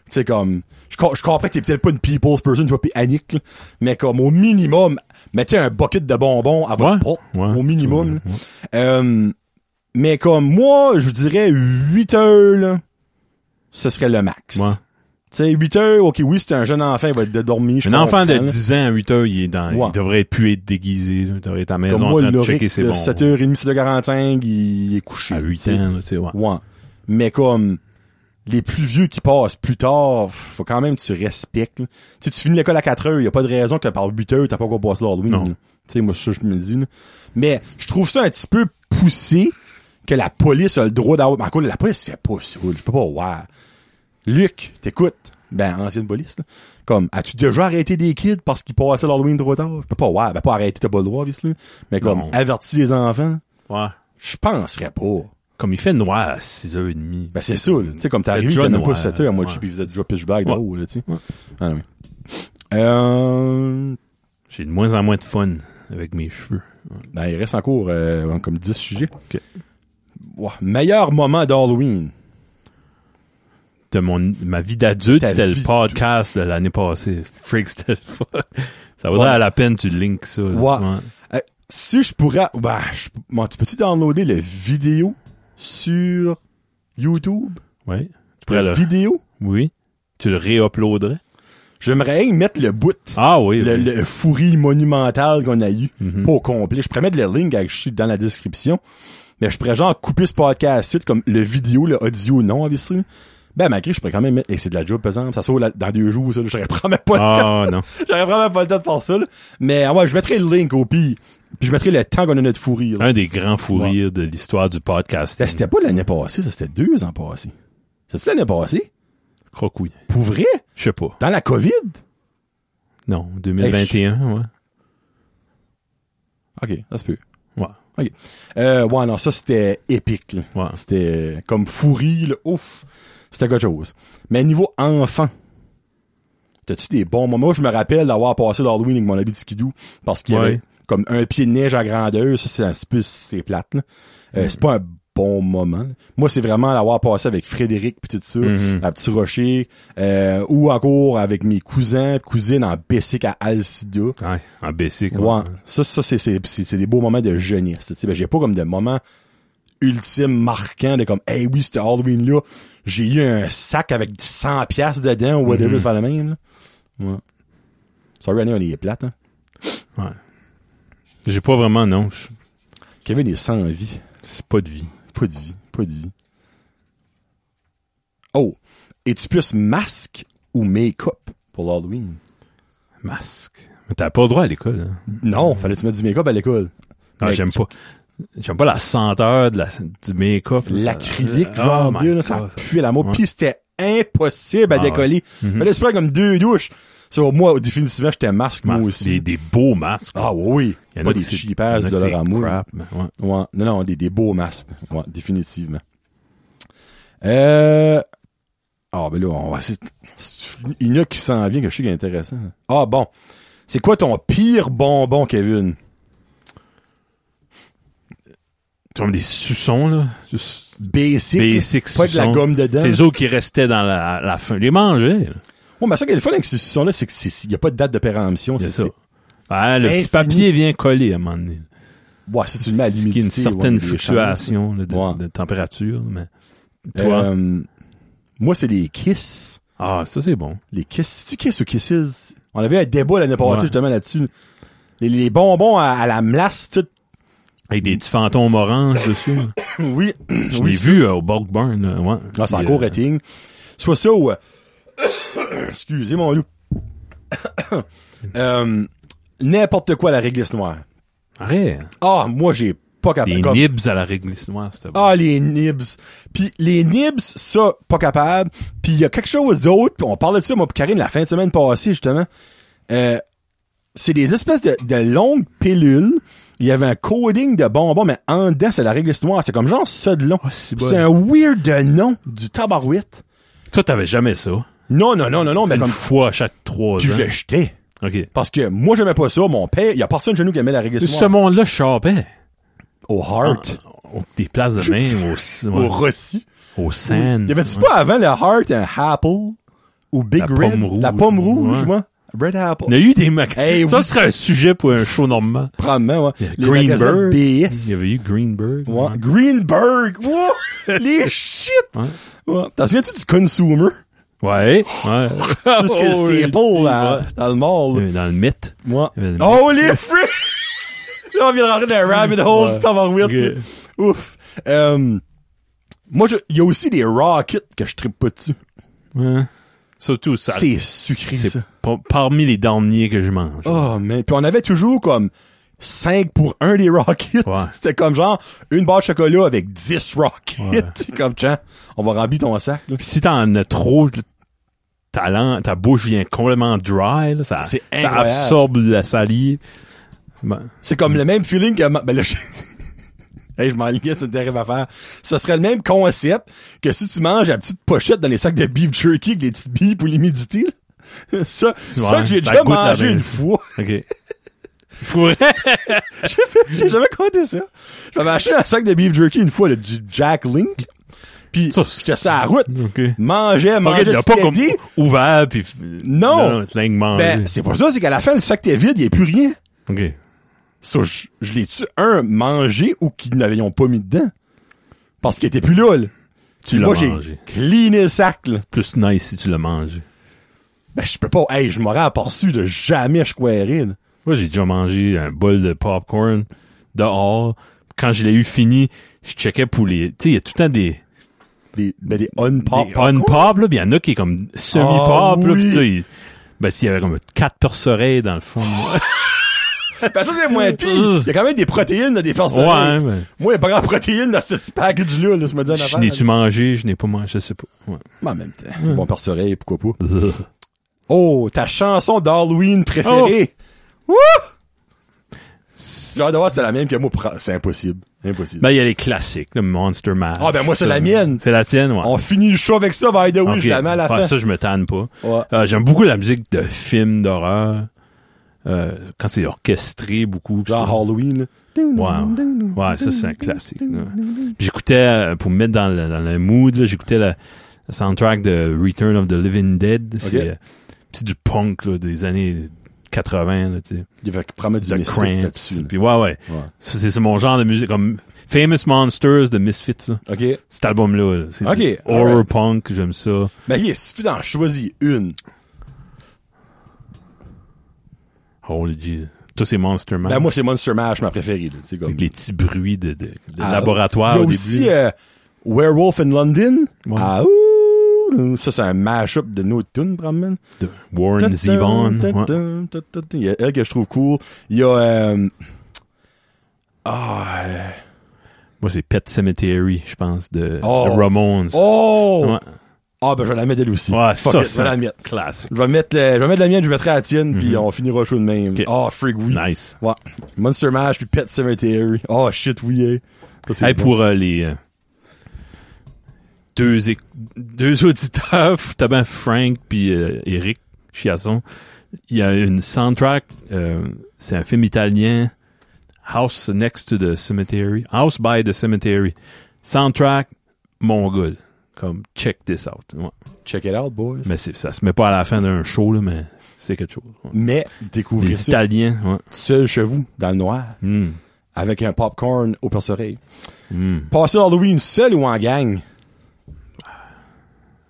[SPEAKER 1] C'est comme, je, co- je comprends que t'es peut-être pas une people's person, toi, pis Annick, là, mais comme, au minimum, mettez un bucket de bonbons à votre
[SPEAKER 2] Ouais,
[SPEAKER 1] porte,
[SPEAKER 2] ouais.
[SPEAKER 1] au minimum. là. Euh, mais comme, moi, je vous dirais 8 heures, là, ce serait le max.
[SPEAKER 2] Ouais.
[SPEAKER 1] Tu sais, 8 heures, ok, oui, c'est un jeune enfant, il va être de dormir. je
[SPEAKER 2] Un enfant de
[SPEAKER 1] comprends, là.
[SPEAKER 2] 10 ans à 8 heures, il est dans,
[SPEAKER 1] Ouais.
[SPEAKER 2] il devrait plus être déguisé, là. Il devrait être à la maison
[SPEAKER 1] Comme
[SPEAKER 2] en
[SPEAKER 1] moi,
[SPEAKER 2] train de
[SPEAKER 1] Loric,
[SPEAKER 2] checker ses
[SPEAKER 1] là,
[SPEAKER 2] bons.
[SPEAKER 1] 7h30, 7h45, il est couché.
[SPEAKER 2] À 8
[SPEAKER 1] tu sais.
[SPEAKER 2] ans, là, tu sais, ouais.
[SPEAKER 1] Ouais. Mais comme les plus vieux qui passent plus tard, faut quand même que tu respectes. là. Tu sais, tu finis l'école à 4 heures, y a pas de raison que par 8 heures, t'as pas encore passé l'Halloween.
[SPEAKER 2] Non.
[SPEAKER 1] là. Tu sais, moi, c'est ça, que je me dis. là. Mais je trouve ça un petit peu poussé que la police a le droit d'avoir. Mais encore, la police fait pas ça. là. Je peux pas voir. Luc, t'écoutes. Ben, ancienne police, là. Comme, as-tu déjà arrêté des kids parce qu'ils passaient l'Halloween trop tard? Je peux pas voir. Ben, pas arrêter, t'as pas le droit, obviously. Mais comme,
[SPEAKER 2] Non.
[SPEAKER 1] avertir les enfants,
[SPEAKER 2] Ouais.
[SPEAKER 1] je penserais pas.
[SPEAKER 2] Comme il fait noir à 6h30.
[SPEAKER 1] Ben, c'est ça, là. Tu sais, comme t'es
[SPEAKER 2] Mm. C'est
[SPEAKER 1] arrivé,
[SPEAKER 2] déjà
[SPEAKER 1] t'as même
[SPEAKER 2] noir.
[SPEAKER 1] pas 7 heures à moi,
[SPEAKER 2] Ouais.
[SPEAKER 1] puis vous êtes déjà pitchback
[SPEAKER 2] Ouais.
[SPEAKER 1] là, tu sais. Ah, oui. Euh,
[SPEAKER 2] J'ai de moins en moins de fun avec mes cheveux.
[SPEAKER 1] ben, il reste encore, euh, comme 10 sujets. Ouais. Meilleur moment d'Halloween.
[SPEAKER 2] De mon, ma vie d'adulte,
[SPEAKER 1] Ta
[SPEAKER 2] c'était
[SPEAKER 1] vie-
[SPEAKER 2] le podcast de l'année passée. Freak, c'était le fun. Ça vaudrait
[SPEAKER 1] Ouais.
[SPEAKER 2] à la peine, tu links ça. là.
[SPEAKER 1] Ouais. Euh, si je pourrais, ben, je- bon, tu peux-tu downloader la vidéo sur YouTube?
[SPEAKER 2] Ouais. Tu pourrais
[SPEAKER 1] la
[SPEAKER 2] le,
[SPEAKER 1] vidéo?
[SPEAKER 2] oui. Tu le réuploaderais.
[SPEAKER 1] J'aimerais y mettre le bout.
[SPEAKER 2] Ah oui.
[SPEAKER 1] le,
[SPEAKER 2] oui.
[SPEAKER 1] le fourri monumental qu'on a eu pas au complet. Je pourrais mettre le link avec- je suis dans la description. Mais je pourrais genre couper ce podcast site comme le vidéo, le audio non, obviously. Ben malgré, je pourrais quand même mettre. Et c'est de la job, par exemple. Ça sort là- dans deux jours, ça, là, j'aurais vraiment pas le temps.
[SPEAKER 2] Ah non.
[SPEAKER 1] J'aurais vraiment pas le temps de faire ça. là. Mais ah ouais, je mettrai le link au pire. Puis je mettrai le temps qu'on a notre fourri. là.
[SPEAKER 2] Un des grands fous rires de l'histoire du podcast.
[SPEAKER 1] Ça, C'était pas l'année passée, ça c'était deux ans passés. C'était l'année passée?
[SPEAKER 2] Je crois que oui.
[SPEAKER 1] Pour vrai?
[SPEAKER 2] Je sais pas.
[SPEAKER 1] Dans la COVID?
[SPEAKER 2] Non, 2021, ouais.
[SPEAKER 1] Ok, ça se peut.
[SPEAKER 2] Ouais.
[SPEAKER 1] OK. Euh, ouais, non, ça, c'était épique. là.
[SPEAKER 2] Ouais.
[SPEAKER 1] C'était euh, comme fourri, là, ouf. C'était quelque chose. Mais niveau enfant, t'as-tu des bons moments? Moi, je me rappelle d'avoir passé l'Halloween avec mon habit de skidoo parce qu'il y
[SPEAKER 2] Ouais.
[SPEAKER 1] avait comme un pied de neige à grandeur. Ça, c'est un petit peu, c'est plate, là. Euh, C'est pas un bon moment. là. Moi, c'est vraiment l'avoir passé avec Frédéric puis tout ça,
[SPEAKER 2] Mm-hmm.
[SPEAKER 1] à Petit Rocher, euh, ou encore avec mes cousins, cousines en Bessic à Alcida.
[SPEAKER 2] Ouais. En basic. ouais.
[SPEAKER 1] Ouais. Ça, ça c'est, c'est, c'est, c'est des beaux moments de jeunesse. tu sais. Ben, j'ai pas comme de moments ultimes marquants de comme, hey oui, c'était Halloween-là, j'ai eu un sac avec 100 piastres dedans ou
[SPEAKER 2] Mm-hmm.
[SPEAKER 1] whatever, faire le même, là. Ouais. Sorry, Annie, on est plate, hein.
[SPEAKER 2] Ouais. J'ai pas vraiment, non. Je-
[SPEAKER 1] Kevin est sans vie.
[SPEAKER 2] C'est pas de vie.
[SPEAKER 1] Pas de vie. Pas de vie. Oh. Es-tu plus masque ou make-up pour l'Halloween?
[SPEAKER 2] Masque. Mais t'as pas le droit à l'école. hein.
[SPEAKER 1] Non, fallait que tu mettes du make-up à l'école.
[SPEAKER 2] Non,
[SPEAKER 1] Mais
[SPEAKER 2] Ah, j'aime
[SPEAKER 1] tu-
[SPEAKER 2] pas. J'aime pas la senteur de la, du make-up. là, ça-
[SPEAKER 1] l'acrylique
[SPEAKER 2] Ah,
[SPEAKER 1] genre
[SPEAKER 2] my
[SPEAKER 1] Dieu, là,
[SPEAKER 2] God,
[SPEAKER 1] ça
[SPEAKER 2] ça-
[SPEAKER 1] pue la mort
[SPEAKER 2] ouais.
[SPEAKER 1] puis c'était impossible à
[SPEAKER 2] Ah,
[SPEAKER 1] décoller mais là c'est pas comme deux douches sur moi définitivement j'étais masque moi
[SPEAKER 2] Masque, Des,
[SPEAKER 1] aussi
[SPEAKER 2] des beaux masques.
[SPEAKER 1] ah oui
[SPEAKER 2] Il y en a
[SPEAKER 1] pas
[SPEAKER 2] qui
[SPEAKER 1] des
[SPEAKER 2] c'est- il
[SPEAKER 1] chipasses
[SPEAKER 2] y en
[SPEAKER 1] de
[SPEAKER 2] a qui
[SPEAKER 1] leur
[SPEAKER 2] c'est
[SPEAKER 1] amour ouais.
[SPEAKER 2] crap, mais ouais.
[SPEAKER 1] non non des, des beaux masques ouais définitivement euh ah ben là on va essayer de- il y en a qui s'en vient que je sais qui est intéressant ah bon c'est quoi ton pire bonbon Kevin
[SPEAKER 2] Tu vois, des suçons, là. Juste
[SPEAKER 1] basic là.
[SPEAKER 2] basic
[SPEAKER 1] pas de la
[SPEAKER 2] suçons.
[SPEAKER 1] gomme dedans
[SPEAKER 2] C'est eux autres qui restaient dans la, la fin. Les manger.
[SPEAKER 1] ouais mais ça qui est le fun avec ces suçons là c'est qu'il n'y a pas de date de péremption
[SPEAKER 2] C'est
[SPEAKER 1] c'est
[SPEAKER 2] ça.
[SPEAKER 1] c'est-
[SPEAKER 2] Ah, le
[SPEAKER 1] Infini.
[SPEAKER 2] petit papier vient coller à un moment donné.
[SPEAKER 1] Ouais, si tu le mets à
[SPEAKER 2] Ce qui
[SPEAKER 1] l'humidité.
[SPEAKER 2] est une certaine
[SPEAKER 1] ouais, des chances.
[SPEAKER 2] fluctuation là, de,
[SPEAKER 1] Ouais.
[SPEAKER 2] de température. Mais... Toi?
[SPEAKER 1] Euh, moi, c'est les Kiss.
[SPEAKER 2] Ah, ça, c'est bon.
[SPEAKER 1] Les Kiss. C'est-tu Kiss ou Kisses? On avait un débat l'année passée,
[SPEAKER 2] Ouais.
[SPEAKER 1] justement, là-dessus. Les, les bonbons à, à la mlasse, tout.
[SPEAKER 2] Avec des petits fantômes oranges dessus. là.
[SPEAKER 1] Oui.
[SPEAKER 2] Je
[SPEAKER 1] oui.
[SPEAKER 2] l'ai vu euh, au Bulk Burn. là, Ouais.
[SPEAKER 1] Ah, c'est
[SPEAKER 2] Puis,
[SPEAKER 1] encore
[SPEAKER 2] euh,
[SPEAKER 1] rating. Soit ça ou... euh, Excusez mon loup. Euh, N'importe quoi à la réglisse noire.
[SPEAKER 2] Arrête.
[SPEAKER 1] Ah, moi, j'ai pas capable.
[SPEAKER 2] Des
[SPEAKER 1] comme-
[SPEAKER 2] nibs à la réglisse noire, c'était bon.
[SPEAKER 1] Ah, les nibs. Puis les nibs, ça, pas capable. Puis il y a quelque chose d'autre. puis on parlait de ça, moi, puis Karine, la fin de semaine passée, justement. Euh, c'est des espèces de, de longues pilules. Il y avait un coding de bonbons, mais en dedans, c'est la réglisse noire. C'est comme genre ça de long.
[SPEAKER 2] Ah, c'est bon.
[SPEAKER 1] c'est un weird de nom du tabarouette.
[SPEAKER 2] Toi, t'avais jamais ça.
[SPEAKER 1] Non, non, non, non, non, mais
[SPEAKER 2] Une hein.
[SPEAKER 1] comme...
[SPEAKER 2] fois à chaque trois
[SPEAKER 1] Puis je
[SPEAKER 2] ans.
[SPEAKER 1] le jetais.
[SPEAKER 2] OK.
[SPEAKER 1] Parce que moi, j'aimais pas ça. Mon père, il y a personne chez nous qui aimait la réglisse
[SPEAKER 2] Ce
[SPEAKER 1] noire.
[SPEAKER 2] monde-là, je chapais.
[SPEAKER 1] Au Heart.
[SPEAKER 2] Au- Oh, Des places de même, au,
[SPEAKER 1] Au
[SPEAKER 2] ouais,
[SPEAKER 1] Rossi.
[SPEAKER 2] au Seine.
[SPEAKER 1] Il y avait-tu pas avant le Heart un Apple? Ou Big
[SPEAKER 2] Mm. La
[SPEAKER 1] Red?
[SPEAKER 2] pomme rouge.
[SPEAKER 1] La pomme rouge,
[SPEAKER 2] Ouais.
[SPEAKER 1] moi. Red Apple.
[SPEAKER 2] Il y a eu des magasins.
[SPEAKER 1] Hey,
[SPEAKER 2] ça
[SPEAKER 1] oui.
[SPEAKER 2] serait un sujet pour un show normal.
[SPEAKER 1] Probablement, ouais. Les magasins
[SPEAKER 2] Greenberg.
[SPEAKER 1] BS.
[SPEAKER 2] Il y avait eu Greenberg.
[SPEAKER 1] Ouais.
[SPEAKER 2] ouais.
[SPEAKER 1] Greenberg! Wow! Les shit!
[SPEAKER 2] Ouais.
[SPEAKER 1] Ouais. T'en souviens-tu du consumer?
[SPEAKER 2] Ouais. ouais.
[SPEAKER 1] Parce que
[SPEAKER 2] Oh,
[SPEAKER 1] c'était
[SPEAKER 2] oui.
[SPEAKER 1] beau, là, dans le mall.
[SPEAKER 2] Ouais. Dans le mythe.
[SPEAKER 1] Moi.
[SPEAKER 2] Il y avait-
[SPEAKER 1] Oh, les fruits! là, on vient de rentrer dans un rabbit hole,
[SPEAKER 2] Ouais.
[SPEAKER 1] c'est en
[SPEAKER 2] Ok.
[SPEAKER 1] Ouf. Euh, moi, je- il y a aussi des rockets que je trippe pas dessus.
[SPEAKER 2] Ouais. Surtout, ça.
[SPEAKER 1] C'est sucré,
[SPEAKER 2] c'est
[SPEAKER 1] ça.
[SPEAKER 2] par- parmi les derniers que je mange.
[SPEAKER 1] Oh, man. Puis on avait toujours comme 5 pour 1 des rockets.
[SPEAKER 2] Ouais.
[SPEAKER 1] C'était comme genre une barre de chocolat avec 10 rockets. comme, tiens, on va remplir ton sac, là.
[SPEAKER 2] Puis si t'en as trop de talent, ta bouche vient complètement dry, là, ça,
[SPEAKER 1] C'est
[SPEAKER 2] ça
[SPEAKER 1] incroyable.
[SPEAKER 2] absorbe la salive. Ben,
[SPEAKER 1] C'est comme le même feeling que... ma- Ben là, je... Hey, je m'enlignais sur une terrible affaire. Ce serait le même concept que si tu manges la petite pochette dans les sacs de beef jerky avec les petites billes pour l'humidité. là. Ça, ça que j'ai
[SPEAKER 2] ça
[SPEAKER 1] déjà
[SPEAKER 2] goûte la
[SPEAKER 1] mangé
[SPEAKER 2] même.
[SPEAKER 1] une fois.
[SPEAKER 2] ok. Pour vrai?
[SPEAKER 1] J'ai fait- j'ai jamais compté ça. J'avais acheté un sac de beef jerky une fois, le J- Jack Link. Puis,
[SPEAKER 2] Ça,
[SPEAKER 1] que ça à route.
[SPEAKER 2] Ok.
[SPEAKER 1] Mangeait,
[SPEAKER 2] Ok,
[SPEAKER 1] mangeait,
[SPEAKER 2] il a
[SPEAKER 1] c'était
[SPEAKER 2] pas comme Ah,
[SPEAKER 1] dit.
[SPEAKER 2] ouvert puis
[SPEAKER 1] Non.
[SPEAKER 2] langue
[SPEAKER 1] Ben, c'est pour ça, c'est qu'à la fin, le sac était vide, il n'y a plus rien.
[SPEAKER 2] ok.
[SPEAKER 1] Ça, je, je l'ai tu un mangé ou qu'ils n'avaient pas mis dedans parce qu'il était plus là. là.
[SPEAKER 2] Tu l'as
[SPEAKER 1] Moi j'ai
[SPEAKER 2] mangé.
[SPEAKER 1] cleané le sac. Là.
[SPEAKER 2] Plus nice si tu l'as mangé.
[SPEAKER 1] Ben je peux pas. Hey, je m'aurais aperçu de jamais je croirais. là.
[SPEAKER 2] Moi j'ai déjà mangé un bol de popcorn dehors. Quand je l'ai eu fini, je checkais pour les. Tu sais, il y a tout le temps des
[SPEAKER 1] Des, ben, des on pop.
[SPEAKER 2] Des on pop là, puis il y en a qui est comme semi pop
[SPEAKER 1] Ah,
[SPEAKER 2] là,
[SPEAKER 1] oui.
[SPEAKER 2] puis tu sais, il- ben s'il y avait comme quatre perce dans le fond.
[SPEAKER 1] Ah,
[SPEAKER 2] là.
[SPEAKER 1] Ben ça c'est moins pire. Il y a quand même des protéines dans des farces.
[SPEAKER 2] Euh. ouais, hein, ben,
[SPEAKER 1] Moi, il n'y a pas grand protéines dans ce petit package là, là, je me dis en
[SPEAKER 2] je
[SPEAKER 1] affaire.
[SPEAKER 2] n'ai-tu mangé, je n'ai pas mangé, je sais pas. Ouais.
[SPEAKER 1] Ben, en même temps. Bon perce pourquoi pas. Oh, ta chanson d'Halloween préférée. Wouh! Oh. J'ai hâte de voir si c'est la même que moi. pro- C'est impossible. Impossible.
[SPEAKER 2] Ben il y a les classiques, le Monster Mash.
[SPEAKER 1] Ah, ben, moi, c'est la
[SPEAKER 2] euh,
[SPEAKER 1] mienne.
[SPEAKER 2] C'est la tienne, ouais.
[SPEAKER 1] On finit le show avec ça, by the way,
[SPEAKER 2] Ok.
[SPEAKER 1] je la mets à la
[SPEAKER 2] Ouais,
[SPEAKER 1] fin.
[SPEAKER 2] Ça, je me tanne pas.
[SPEAKER 1] Ouais.
[SPEAKER 2] Euh, J'aime beaucoup la musique de films d'horreur. Euh, quand c'est orchestré beaucoup. pis
[SPEAKER 1] Genre
[SPEAKER 2] ça.
[SPEAKER 1] Halloween.
[SPEAKER 2] Ouais, ouais ça, c'est un classique. là. Puis J'écoutais, euh, pour me mettre dans le, dans le mood, là, j'écoutais le, le soundtrack de Return of the Living Dead. C'est euh, c'est du punk là, des années 80, là, tu sais.
[SPEAKER 1] Il va prendre du
[SPEAKER 2] The
[SPEAKER 1] mystique
[SPEAKER 2] Cramps.
[SPEAKER 1] là-dessus.
[SPEAKER 2] Puis ouais, ouais.
[SPEAKER 1] Ouais.
[SPEAKER 2] Ça, C'est c'est mon genre de musique. Comme Famous Monsters de Misfits, là.
[SPEAKER 1] OK.
[SPEAKER 2] cet album-là. là, c'est
[SPEAKER 1] Ok,
[SPEAKER 2] du Horror
[SPEAKER 1] alright.
[SPEAKER 2] punk, j'aime ça.
[SPEAKER 1] Mais Ben, il est stupide d'en choisir une.
[SPEAKER 2] Holy Jesus. Tous ces Monster Man.
[SPEAKER 1] Ben, moi, c'est Monster Mash, ma préférée, là. C'est comme.
[SPEAKER 2] Avec les petits bruits de, de, de
[SPEAKER 1] Ah,
[SPEAKER 2] laboratoire
[SPEAKER 1] Il y a
[SPEAKER 2] au
[SPEAKER 1] aussi
[SPEAKER 2] début.
[SPEAKER 1] euh, Werewolf in London.
[SPEAKER 2] Ouais.
[SPEAKER 1] Ah, ouh! Ça, c'est un mash-up de nos tunes, probablement.
[SPEAKER 2] de Warren Zevon. ouais.
[SPEAKER 1] Il y a elle que je trouve cool. Il y a, euh, ah, euh,
[SPEAKER 2] Moi, c'est Pet Cemetery, je pense, de,
[SPEAKER 1] Oh.
[SPEAKER 2] de Ramones.
[SPEAKER 1] oh!
[SPEAKER 2] Ouais.
[SPEAKER 1] Ah, ben, je vais la mettre elle aussi.
[SPEAKER 2] Ouais,
[SPEAKER 1] Fuck
[SPEAKER 2] ça,
[SPEAKER 1] it, je vais la
[SPEAKER 2] c'est
[SPEAKER 1] mettre.
[SPEAKER 2] classique.
[SPEAKER 1] Je vais mettre, le- je vais mettre la mienne, je vais mettre la tienne, puis on finira le show de même.
[SPEAKER 2] Ok.
[SPEAKER 1] Oh, Freak, oui.
[SPEAKER 2] Nice.
[SPEAKER 1] Ouais. Monster Mash, puis Pet Cemetery. Oh, shit, oui, hey. Ça, c'est
[SPEAKER 2] Hey,
[SPEAKER 1] bon.
[SPEAKER 2] pour euh, les euh, deux, éc- deux auditeurs, Taban Frank puis euh, Eric Chiasson, il y a une soundtrack, euh, c'est un film italien, House Next to the Cemetery, House by the Cemetery. Soundtrack mongol. Comme, check this out. Ouais.
[SPEAKER 1] Check it out, boys.
[SPEAKER 2] Mais c'est- ça se met pas à la fin d'un show, là, mais c'est quelque chose. ouais.
[SPEAKER 1] Mais, découvrez
[SPEAKER 2] Les
[SPEAKER 1] ça
[SPEAKER 2] Italiens, ouais.
[SPEAKER 1] seul chez vous, dans le noir,
[SPEAKER 2] Hmm.
[SPEAKER 1] avec un popcorn au perce-oreille.
[SPEAKER 2] Hmm.
[SPEAKER 1] Passer Halloween seul ou en gang?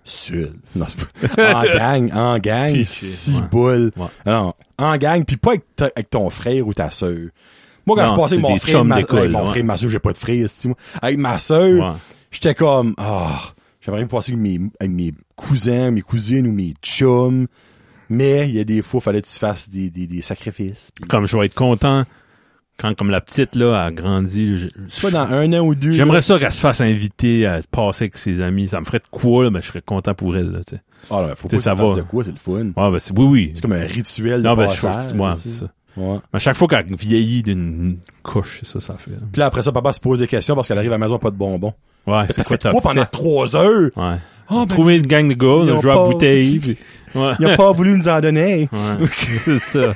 [SPEAKER 1] Seul. Non, c'est pas... en gang, en gang,
[SPEAKER 2] Piché,
[SPEAKER 1] six
[SPEAKER 2] ouais.
[SPEAKER 1] boules.
[SPEAKER 2] Ouais.
[SPEAKER 1] Non, en gang, puis pas avec, ta- avec ton frère ou ta sœur. Moi, quand
[SPEAKER 2] Non,
[SPEAKER 1] je passais
[SPEAKER 2] c'est
[SPEAKER 1] mon
[SPEAKER 2] des
[SPEAKER 1] frère,
[SPEAKER 2] chums
[SPEAKER 1] ma,
[SPEAKER 2] d'école,
[SPEAKER 1] avec mon
[SPEAKER 2] ouais.
[SPEAKER 1] frère et ma sœur, j'ai pas de frère, c'est-tu, moi. Avec ma sœur,
[SPEAKER 2] Ouais.
[SPEAKER 1] j'étais comme, ah, j'aimerais me passer avec mes, avec mes cousins, mes cousines ou mes chums. Mais, il y a des fois, fallait que tu fasses des, des, des sacrifices. puis-
[SPEAKER 2] Comme je vais être content quand comme la petite là a grandi. je- je-
[SPEAKER 1] pas dans un an ou deux.
[SPEAKER 2] J'aimerais ça qu'elle se fasse inviter à se passer avec ses amis. Ça me ferait de quoi là, mais je serais content pour elle là. tu sais.
[SPEAKER 1] Ah, non, faut
[SPEAKER 2] Tu
[SPEAKER 1] pas
[SPEAKER 2] sais, ça
[SPEAKER 1] ça fasse
[SPEAKER 2] va.
[SPEAKER 1] de quoi, c'est le fun.
[SPEAKER 2] Ouais, ben c'est oui oui.
[SPEAKER 1] C'est comme un rituel de
[SPEAKER 2] Non ben je trouve
[SPEAKER 1] passage.
[SPEAKER 2] que- ouais,
[SPEAKER 1] tu sais.
[SPEAKER 2] c'est ça.
[SPEAKER 1] Ouais.
[SPEAKER 2] Mais à chaque fois qu'elle vieillit d'une couche, c'est ça ça fait. là.
[SPEAKER 1] Puis là, après ça, papa se pose des questions parce qu'elle arrive à la maison pas de bonbons. T'as
[SPEAKER 2] Ouais, c'est
[SPEAKER 1] fait
[SPEAKER 2] quoi ta
[SPEAKER 1] quoi pendant trois heures?
[SPEAKER 2] Ouais.
[SPEAKER 1] Oh, ben,
[SPEAKER 2] Trouver une gang de gars,
[SPEAKER 1] Ils ont
[SPEAKER 2] là, jouer à
[SPEAKER 1] pas-
[SPEAKER 2] bouteille. puis- Ouais.
[SPEAKER 1] il a pas voulu nous en donner.
[SPEAKER 2] Ouais. C'est ça.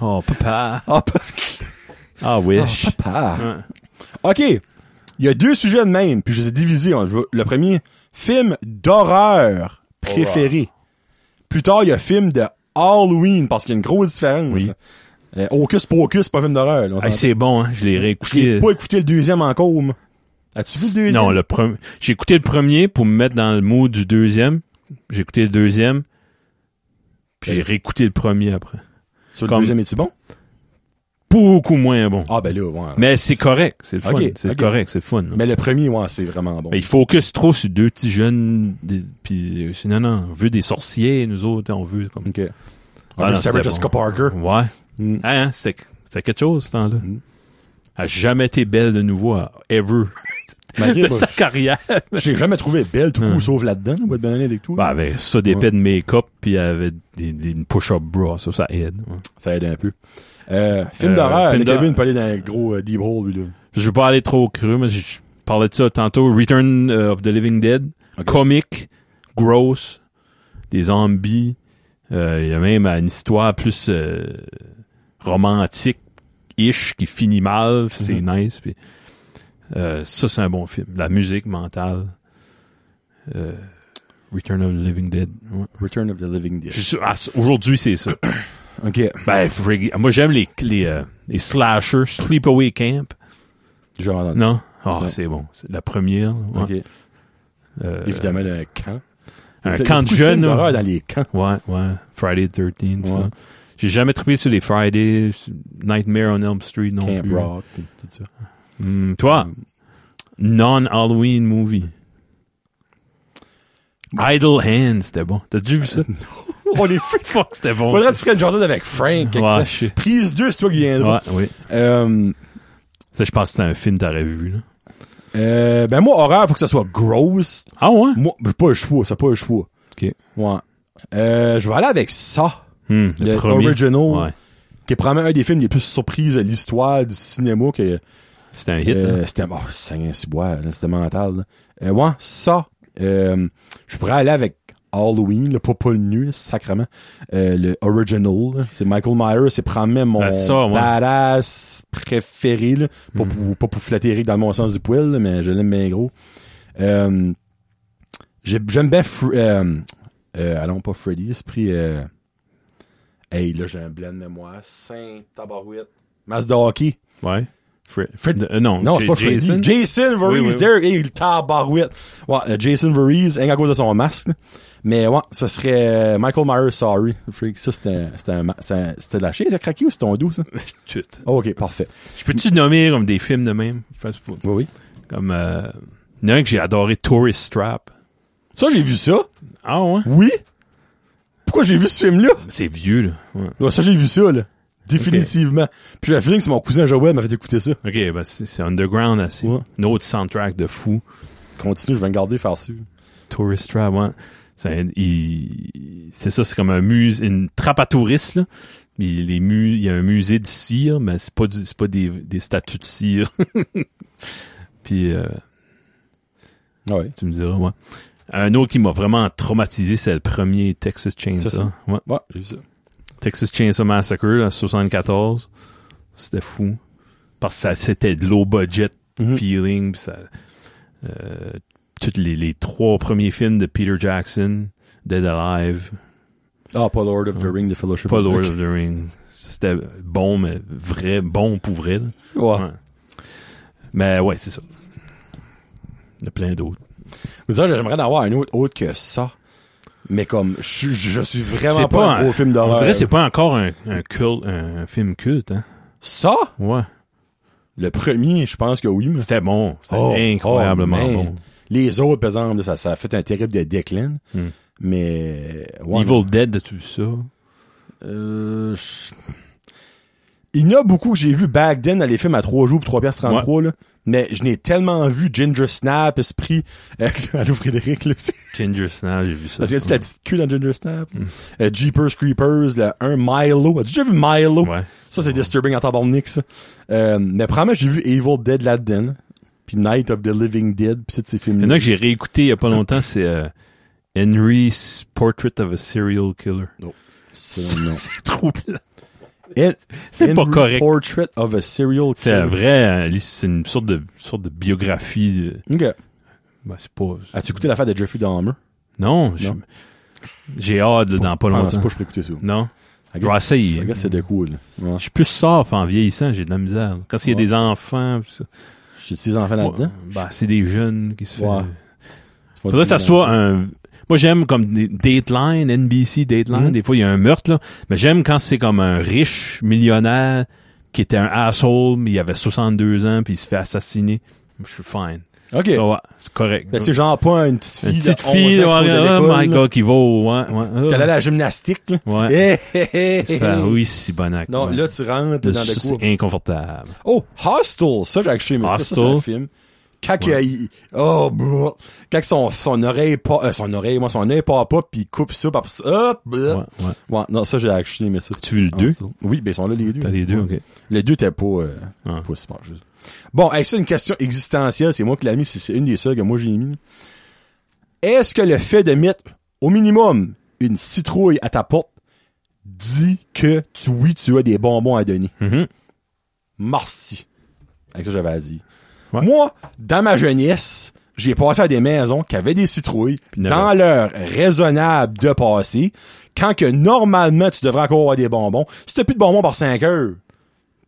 [SPEAKER 2] Oh, papa.
[SPEAKER 1] Ah, pa-
[SPEAKER 2] Ah, wesh.
[SPEAKER 1] Oh, papa.
[SPEAKER 2] Ouais.
[SPEAKER 1] OK. Il y a deux sujets de même, puis je les ai divisés. hein. Je veux- Le premier, film d'horreur préféré. Plus tard, il y a film de Halloween, parce qu'il y a une grosse différence.
[SPEAKER 2] Oui.
[SPEAKER 1] Euh, Hocus Pocus, c'est pas un film d'horreur. là, on
[SPEAKER 2] Hey,
[SPEAKER 1] s'entend.
[SPEAKER 2] c'est bon, hein. Je l'ai
[SPEAKER 1] Je l'ai
[SPEAKER 2] réécouté.
[SPEAKER 1] pas écouté le deuxième encore. moi. As-tu vu le deuxième?
[SPEAKER 2] Non, le premier. J'ai écouté le premier pour me mettre dans le mood du deuxième. J'ai écouté le deuxième. Puis
[SPEAKER 1] Ben,
[SPEAKER 2] j'ai réécouté le premier après.
[SPEAKER 1] Sur le
[SPEAKER 2] comme-
[SPEAKER 1] deuxième, es-tu bon?
[SPEAKER 2] Beaucoup moins bon.
[SPEAKER 1] Ah, ben là, ouais. Mais,
[SPEAKER 2] Mais c'est correct. C'est le fun.
[SPEAKER 1] Ok,
[SPEAKER 2] c'est
[SPEAKER 1] ok. Ben,
[SPEAKER 2] correct. C'est le fun. là.
[SPEAKER 1] le premier, ouais, c'est vraiment bon.
[SPEAKER 2] Mais il focus trop sur deux petits jeunes. des- Puis euh, c'est- non, non. On veut des sorciers, nous autres. On veut comme.
[SPEAKER 1] OK.
[SPEAKER 2] Ah, non,
[SPEAKER 1] Sarah
[SPEAKER 2] c'était
[SPEAKER 1] Jessica
[SPEAKER 2] bon.
[SPEAKER 1] Parker.
[SPEAKER 2] Ouais.
[SPEAKER 1] Mm.
[SPEAKER 2] Ah, hein, c'était, c'était quelque chose, ce temps-là.
[SPEAKER 1] Mm.
[SPEAKER 2] Elle a jamais été belle de nouveau, à- ever,
[SPEAKER 1] Malgré,
[SPEAKER 2] de
[SPEAKER 1] bah,
[SPEAKER 2] sa carrière.
[SPEAKER 1] Je l'ai jamais trouvé belle tout coup,
[SPEAKER 2] Hum.
[SPEAKER 1] sauf là-dedans, on va être bien honnête avec toi.
[SPEAKER 2] Bah, elle avait ça d'épais
[SPEAKER 1] Ouais.
[SPEAKER 2] de make-up, puis elle avait des, des- une push-up bra, ça, ça aide. ouais.
[SPEAKER 1] Ça aide un peu. Euh, film
[SPEAKER 2] Euh,
[SPEAKER 1] d'horreur,
[SPEAKER 2] film
[SPEAKER 1] film
[SPEAKER 2] d'horreur.
[SPEAKER 1] Kevin parlait d'un gros euh, deep hole, lui, là.
[SPEAKER 2] Je veux pas aller trop cru, mais je parlais de ça tantôt. Return euh, of the Living Dead,
[SPEAKER 1] Ok.
[SPEAKER 2] comique, gross, des zombies. Euh, Il y a même euh, une histoire plus euh, romantique-ish qui finit mal, puis c'est nice. puis, euh, ça, c'est un bon film. La musique mentale. Euh, Return of the Living Dead. ouais.
[SPEAKER 1] Return of the Living Dead.
[SPEAKER 2] Je- ah, c- Aujourd'hui, c'est ça.
[SPEAKER 1] Ok.
[SPEAKER 2] Ben, frig- moi, j'aime les, les, euh, les slashers, Sleepaway Camp.
[SPEAKER 1] Genre, entendu.
[SPEAKER 2] Non? Ah,
[SPEAKER 1] Non.
[SPEAKER 2] c'est bon. C'est la première. ouais.
[SPEAKER 1] Ok.
[SPEAKER 2] Euh,
[SPEAKER 1] Évidemment, le camp.
[SPEAKER 2] un
[SPEAKER 1] Il y a
[SPEAKER 2] camp de
[SPEAKER 1] beaucoup films
[SPEAKER 2] jeunes.
[SPEAKER 1] d'horreur
[SPEAKER 2] là.
[SPEAKER 1] dans les camps.
[SPEAKER 2] Ouais, ouais. Friday the 13th. tout
[SPEAKER 1] Ouais.
[SPEAKER 2] ça. J'ai jamais trippé sur les Friday, Nightmare on Elm Street non
[SPEAKER 1] Camp
[SPEAKER 2] plus.
[SPEAKER 1] Rock, tout ça.
[SPEAKER 2] Hmm, toi, non-Halloween movie. Idle Hands, c'était bon. T'as déjà vu ça?
[SPEAKER 1] On est fous.
[SPEAKER 2] Fuck, c'était bon.
[SPEAKER 1] Faudrait que tu fasses une journée avec Frank. quelque
[SPEAKER 2] Ouais,
[SPEAKER 1] part.
[SPEAKER 2] je sais.
[SPEAKER 1] Prise 2, c'est toi qui viendras.
[SPEAKER 2] Ouais, oui.
[SPEAKER 1] Euh,
[SPEAKER 2] Ça, je pense que c'était un film que t'aurais vu, là.
[SPEAKER 1] euh, ben, moi, horreur, faut que ça soit gross.
[SPEAKER 2] Ah ouais?
[SPEAKER 1] Moi, j'ai pas le choix, c'est pas le choix.
[SPEAKER 2] OK.
[SPEAKER 1] Ouais. Euh, je vais aller avec ça,
[SPEAKER 2] Hmm, le,
[SPEAKER 1] Le
[SPEAKER 2] premier.
[SPEAKER 1] original.
[SPEAKER 2] Ouais.
[SPEAKER 1] qui est probablement un des films les plus surprises de l'histoire du cinéma que,
[SPEAKER 2] C'était un hit,
[SPEAKER 1] Euh,
[SPEAKER 2] hein.
[SPEAKER 1] c'était mort, c'était mental. là. Euh, ouais, ça. euh, je pourrais aller avec Halloween, le pas pas le nu, là, sacrément. Euh, le original, là. c'est Michael Myers, c'est probablement mon
[SPEAKER 2] Ben, ça, ouais. Hmm.
[SPEAKER 1] badass préféré, là. Pas, pour, pas pour flatter Eric dans le bon sens du poil, là, mais je l'aime bien gros. Euh, j'ai- j'aime bien, Fr- euh, euh, allons pas Freddy, esprit, euh, hey, là, j'ai un blanc de mémoire, Saint Tabarouette, Masque de hockey.
[SPEAKER 2] hein. Ouais. Fred, Fred- euh, non,
[SPEAKER 1] Non,
[SPEAKER 2] J-
[SPEAKER 1] c'est pas Freddy.
[SPEAKER 2] Jason.
[SPEAKER 1] Jason, Voorhees,
[SPEAKER 2] Oui, oui, oui.
[SPEAKER 1] there, hey, le tabarouette. Ouais, euh, Jason Voorhees, rien qu'à cause de son masque. là. Mais ouais, ce serait euh, Michael Myers, sorry. Freak, ça, c'était un- c'était un ma- c'est un- c'était de la chaise à craquer ou c'est ton dos, ça?
[SPEAKER 2] Chut.
[SPEAKER 1] Oh, ok, parfait.
[SPEAKER 2] Je peux-tu nommer comme des films de même? Fast food.
[SPEAKER 1] Oui, oui.
[SPEAKER 2] Comme, euh, il y en a un que j'ai adoré, Tourist Trap.
[SPEAKER 1] Ça, j'ai vu ça.
[SPEAKER 2] Ah ouais?
[SPEAKER 1] Oui. Pourquoi j'ai vu ce film-là?
[SPEAKER 2] C'est vieux, là. Ouais.
[SPEAKER 1] Ouais, ça, j'ai vu ça, là. Définitivement. Puis j'ai le feeling que c'est mon cousin Joël m'a fait écouter ça.
[SPEAKER 2] Ok, ben c'est c'est underground assez.
[SPEAKER 1] Ouais.
[SPEAKER 2] Une autre soundtrack de fou.
[SPEAKER 1] Continue, je vais me garder faire ça.
[SPEAKER 2] Tourist Trap, ouais. Ça- il- C'est ça, c'est comme un muse, une trappe à touristes, là. Il, les mu- il y a un musée de cire, mais c'est pas, du- c'est pas des, des statues de cire. Puis, euh,
[SPEAKER 1] Ouais.
[SPEAKER 2] tu me diras, ouais. Un autre qui m'a vraiment traumatisé, c'est le premier Texas Chainsaw.
[SPEAKER 1] C'est ça.
[SPEAKER 2] Ouais.
[SPEAKER 1] Ouais, j'ai vu ça.
[SPEAKER 2] Texas Chainsaw Massacre, là, 74. C'était fou. Parce que ça- c'était de low budget
[SPEAKER 1] Mhm.
[SPEAKER 2] feeling. pis ça, euh, toutes les, les trois premiers films de Peter Jackson, Dead Alive,
[SPEAKER 1] Ah, pas Lord of the Ring, The Fellowship.
[SPEAKER 2] pas Lord of the Rings. C'était bon, mais vrai, bon pour vrai. là.
[SPEAKER 1] Ouais.
[SPEAKER 2] Ouais. Mais ouais, c'est ça. Il y en a plein d'autres.
[SPEAKER 1] Vous savez, j'aimerais en avoir un autre, autre que ça. Mais comme, je, je- je suis vraiment
[SPEAKER 2] C'est
[SPEAKER 1] pas, un gros film d'horreur.
[SPEAKER 2] On dirait que c'est pas encore un, un culte, un, un film culte, hein.
[SPEAKER 1] Ça,
[SPEAKER 2] Ouais.
[SPEAKER 1] le premier, je pense que oui. Mais...
[SPEAKER 2] C'était bon. C'était
[SPEAKER 1] Oh,
[SPEAKER 2] incroyablement
[SPEAKER 1] oh, man.
[SPEAKER 2] bon.
[SPEAKER 1] Les autres, par exemple, ça, ça a fait un terrible de déclin.
[SPEAKER 2] Hmm.
[SPEAKER 1] Mais, ouais,
[SPEAKER 2] Evil Dead, tout ça.
[SPEAKER 1] mais, euh, je- il y en a beaucoup que j'ai vu back then dans les films à 3 jours pour 3 piastres 33, là. Mais je n'ai tellement vu Ginger Snap, Esprit, euh, allô Frédéric, là,
[SPEAKER 2] Ginger Snaps, j'ai vu ça.
[SPEAKER 1] parce qu'il y a la petite cul dans Ginger Snap.
[SPEAKER 2] Hmm.
[SPEAKER 1] Euh, Jeepers Creepers, le 1 Milo. As-tu déjà vu Milo?
[SPEAKER 2] Ouais.
[SPEAKER 1] Ça, c'est disturbing en tabarnak, ça. Euh, mais probablement, j'ai vu Evil Dead là-dedans. Puis Night of the Living Dead, puis tous ces
[SPEAKER 2] Il y en
[SPEAKER 1] films-là.
[SPEAKER 2] a que j'ai réécouté il y a pas longtemps, c'est euh, Henry's Portrait of a Serial Killer.
[SPEAKER 1] C'est un nom.
[SPEAKER 2] C'est troublant.
[SPEAKER 1] El-
[SPEAKER 2] C'est pas
[SPEAKER 1] Henry
[SPEAKER 2] correct.
[SPEAKER 1] Portrait of a serial
[SPEAKER 2] C'est un
[SPEAKER 1] killer.
[SPEAKER 2] vrai, euh, c'est une sorte de, sorte de biographie. euh,
[SPEAKER 1] Ok.
[SPEAKER 2] ben, c'est pas,
[SPEAKER 1] As-tu écouté l'affaire de Jeffrey Dahmer?
[SPEAKER 2] non, je-
[SPEAKER 1] Ah. Non.
[SPEAKER 2] j'ai hâte là, dans pas
[SPEAKER 1] Ah, non, c'est
[SPEAKER 2] longtemps.
[SPEAKER 1] pas, je peux écouter ça.
[SPEAKER 2] Non.
[SPEAKER 1] I
[SPEAKER 2] Je vais
[SPEAKER 1] guess-
[SPEAKER 2] essayer.
[SPEAKER 1] I guess c'est de cool. Ouais.
[SPEAKER 2] Je suis plus soft en vieillissant, j'ai de la misère. Quand il y a
[SPEAKER 1] Ouais.
[SPEAKER 2] des enfants, pis ça.
[SPEAKER 1] J'ai des enfants là-dedans.
[SPEAKER 2] Ouais, ben, c'est des jeunes qui se font.
[SPEAKER 1] Ouais.
[SPEAKER 2] Faudrait que ça soit un. Moi, j'aime comme des Dateline, NBC, Dateline.
[SPEAKER 1] Mhm.
[SPEAKER 2] Des fois, il y a un meurtre, là. Mais j'aime quand c'est comme un riche millionnaire qui était un asshole, mais il avait 62 ans, puis il se fait assassiner. Je suis fine.
[SPEAKER 1] Ok.
[SPEAKER 2] Ça va, c'est correct.
[SPEAKER 1] Ben, tu sais, genre pas une petite fille.
[SPEAKER 2] une
[SPEAKER 1] de
[SPEAKER 2] petite
[SPEAKER 1] 11
[SPEAKER 2] fille,
[SPEAKER 1] ans qui
[SPEAKER 2] ouais,
[SPEAKER 1] sort de
[SPEAKER 2] oh
[SPEAKER 1] l'école,
[SPEAKER 2] my
[SPEAKER 1] là.
[SPEAKER 2] god, qui va au, ouais, ouais.
[SPEAKER 1] T'allais à
[SPEAKER 2] oh.
[SPEAKER 1] la gymnastique, là.
[SPEAKER 2] Ouais.
[SPEAKER 1] Eh, eh, eh,
[SPEAKER 2] Tu
[SPEAKER 1] eh.
[SPEAKER 2] fais, ah oui, c'est bonac.
[SPEAKER 1] Non,
[SPEAKER 2] ouais.
[SPEAKER 1] là, tu rentres dans
[SPEAKER 2] Ça,
[SPEAKER 1] le cours.
[SPEAKER 2] c'est inconfortable.
[SPEAKER 1] Oh, Hostel! Ça, j'ai acheté, mais ça, ça, c'est un
[SPEAKER 2] Hostel.
[SPEAKER 1] film. Quand qu'il- il- oh, bruh. quand que son, son oreille pas, euh, son oreille, moi, son oreille part pas, pis il coupe ça, par hop,
[SPEAKER 2] Ouais,
[SPEAKER 1] bruh.
[SPEAKER 2] ouais.
[SPEAKER 1] Ouais, non, ça, j'ai acheté, mais ça.
[SPEAKER 2] Tu veux le deux?
[SPEAKER 1] Hostel. Oui, ben, ils sont là, les deux.
[SPEAKER 2] T'as les deux, ok.
[SPEAKER 1] Les deux, t'es pas, euh,
[SPEAKER 2] Ah.
[SPEAKER 1] pas super, juste. Bon, hey, ça, une question existentielle, c'est moi qui l'ai mis, c'est- c'est une des seules que moi, j'ai mis. Est-ce que le fait de mettre, au minimum, une citrouille à ta porte, dit que tu, oui, tu as des bonbons à donner?
[SPEAKER 2] Mhm.
[SPEAKER 1] merci. Avec ça, j'avais à dire.
[SPEAKER 2] Ouais.
[SPEAKER 1] Moi, dans ma jeunesse, j'ai passé à des maisons qui avaient des citrouilles
[SPEAKER 2] never.
[SPEAKER 1] dans l'heure raisonnable de passer, quand que normalement tu devrais encore avoir des bonbons. Si t'as plus de bonbons par 5 heures,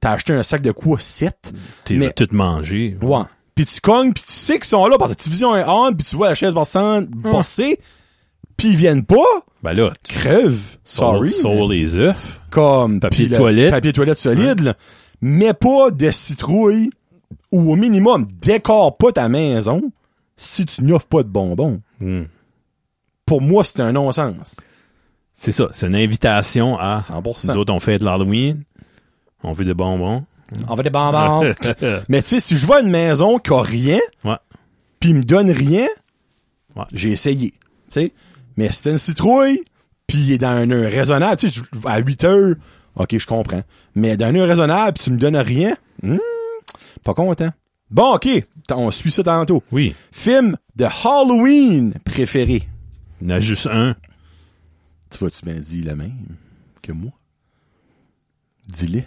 [SPEAKER 1] t'as acheté un sac de quoi 7?
[SPEAKER 2] Mm. T'es
[SPEAKER 1] Mais-
[SPEAKER 2] tout mangé.
[SPEAKER 1] Ouais. Puis tu cognes, puis tu sais qu'ils sont là parce que la division est on, puis tu vois la chaise passante passer, puis ils viennent pas,
[SPEAKER 2] Ben là,
[SPEAKER 1] crève, sorry.
[SPEAKER 2] Sors les œufs.
[SPEAKER 1] comme
[SPEAKER 2] Papier
[SPEAKER 1] puis
[SPEAKER 2] de
[SPEAKER 1] le
[SPEAKER 2] toilette.
[SPEAKER 1] papier de toilette solide, là. mais pas de citrouille ou au minimum décore pas ta maison si tu n'offres pas de bonbons.
[SPEAKER 2] Hmm.
[SPEAKER 1] Pour moi, c'est un non-sens.
[SPEAKER 2] C'est ça, c'est une invitation à
[SPEAKER 1] 100%.
[SPEAKER 2] nous autres on fait de l'Halloween, on veut des bonbons.
[SPEAKER 1] On veut des bonbons. mais tu sais, si je vois une maison qui a rien,
[SPEAKER 2] Ouais.
[SPEAKER 1] puis me donne rien,
[SPEAKER 2] Ouais.
[SPEAKER 1] j'ai essayé. Tu sais, mais c'est une citrouille, puis il est dans un heure raisonnable, tu sais, je- à 8 heures, ok, je comprends. Mais dans un heure raisonnable, puis tu me donnes rien, hmm, pas content. Bon, ok, t- on suit ça tantôt.
[SPEAKER 2] Oui,
[SPEAKER 1] Film de Halloween préféré.
[SPEAKER 2] il y en a juste un.
[SPEAKER 1] Tu vas-tu bien dire le même que moi? Dis-le.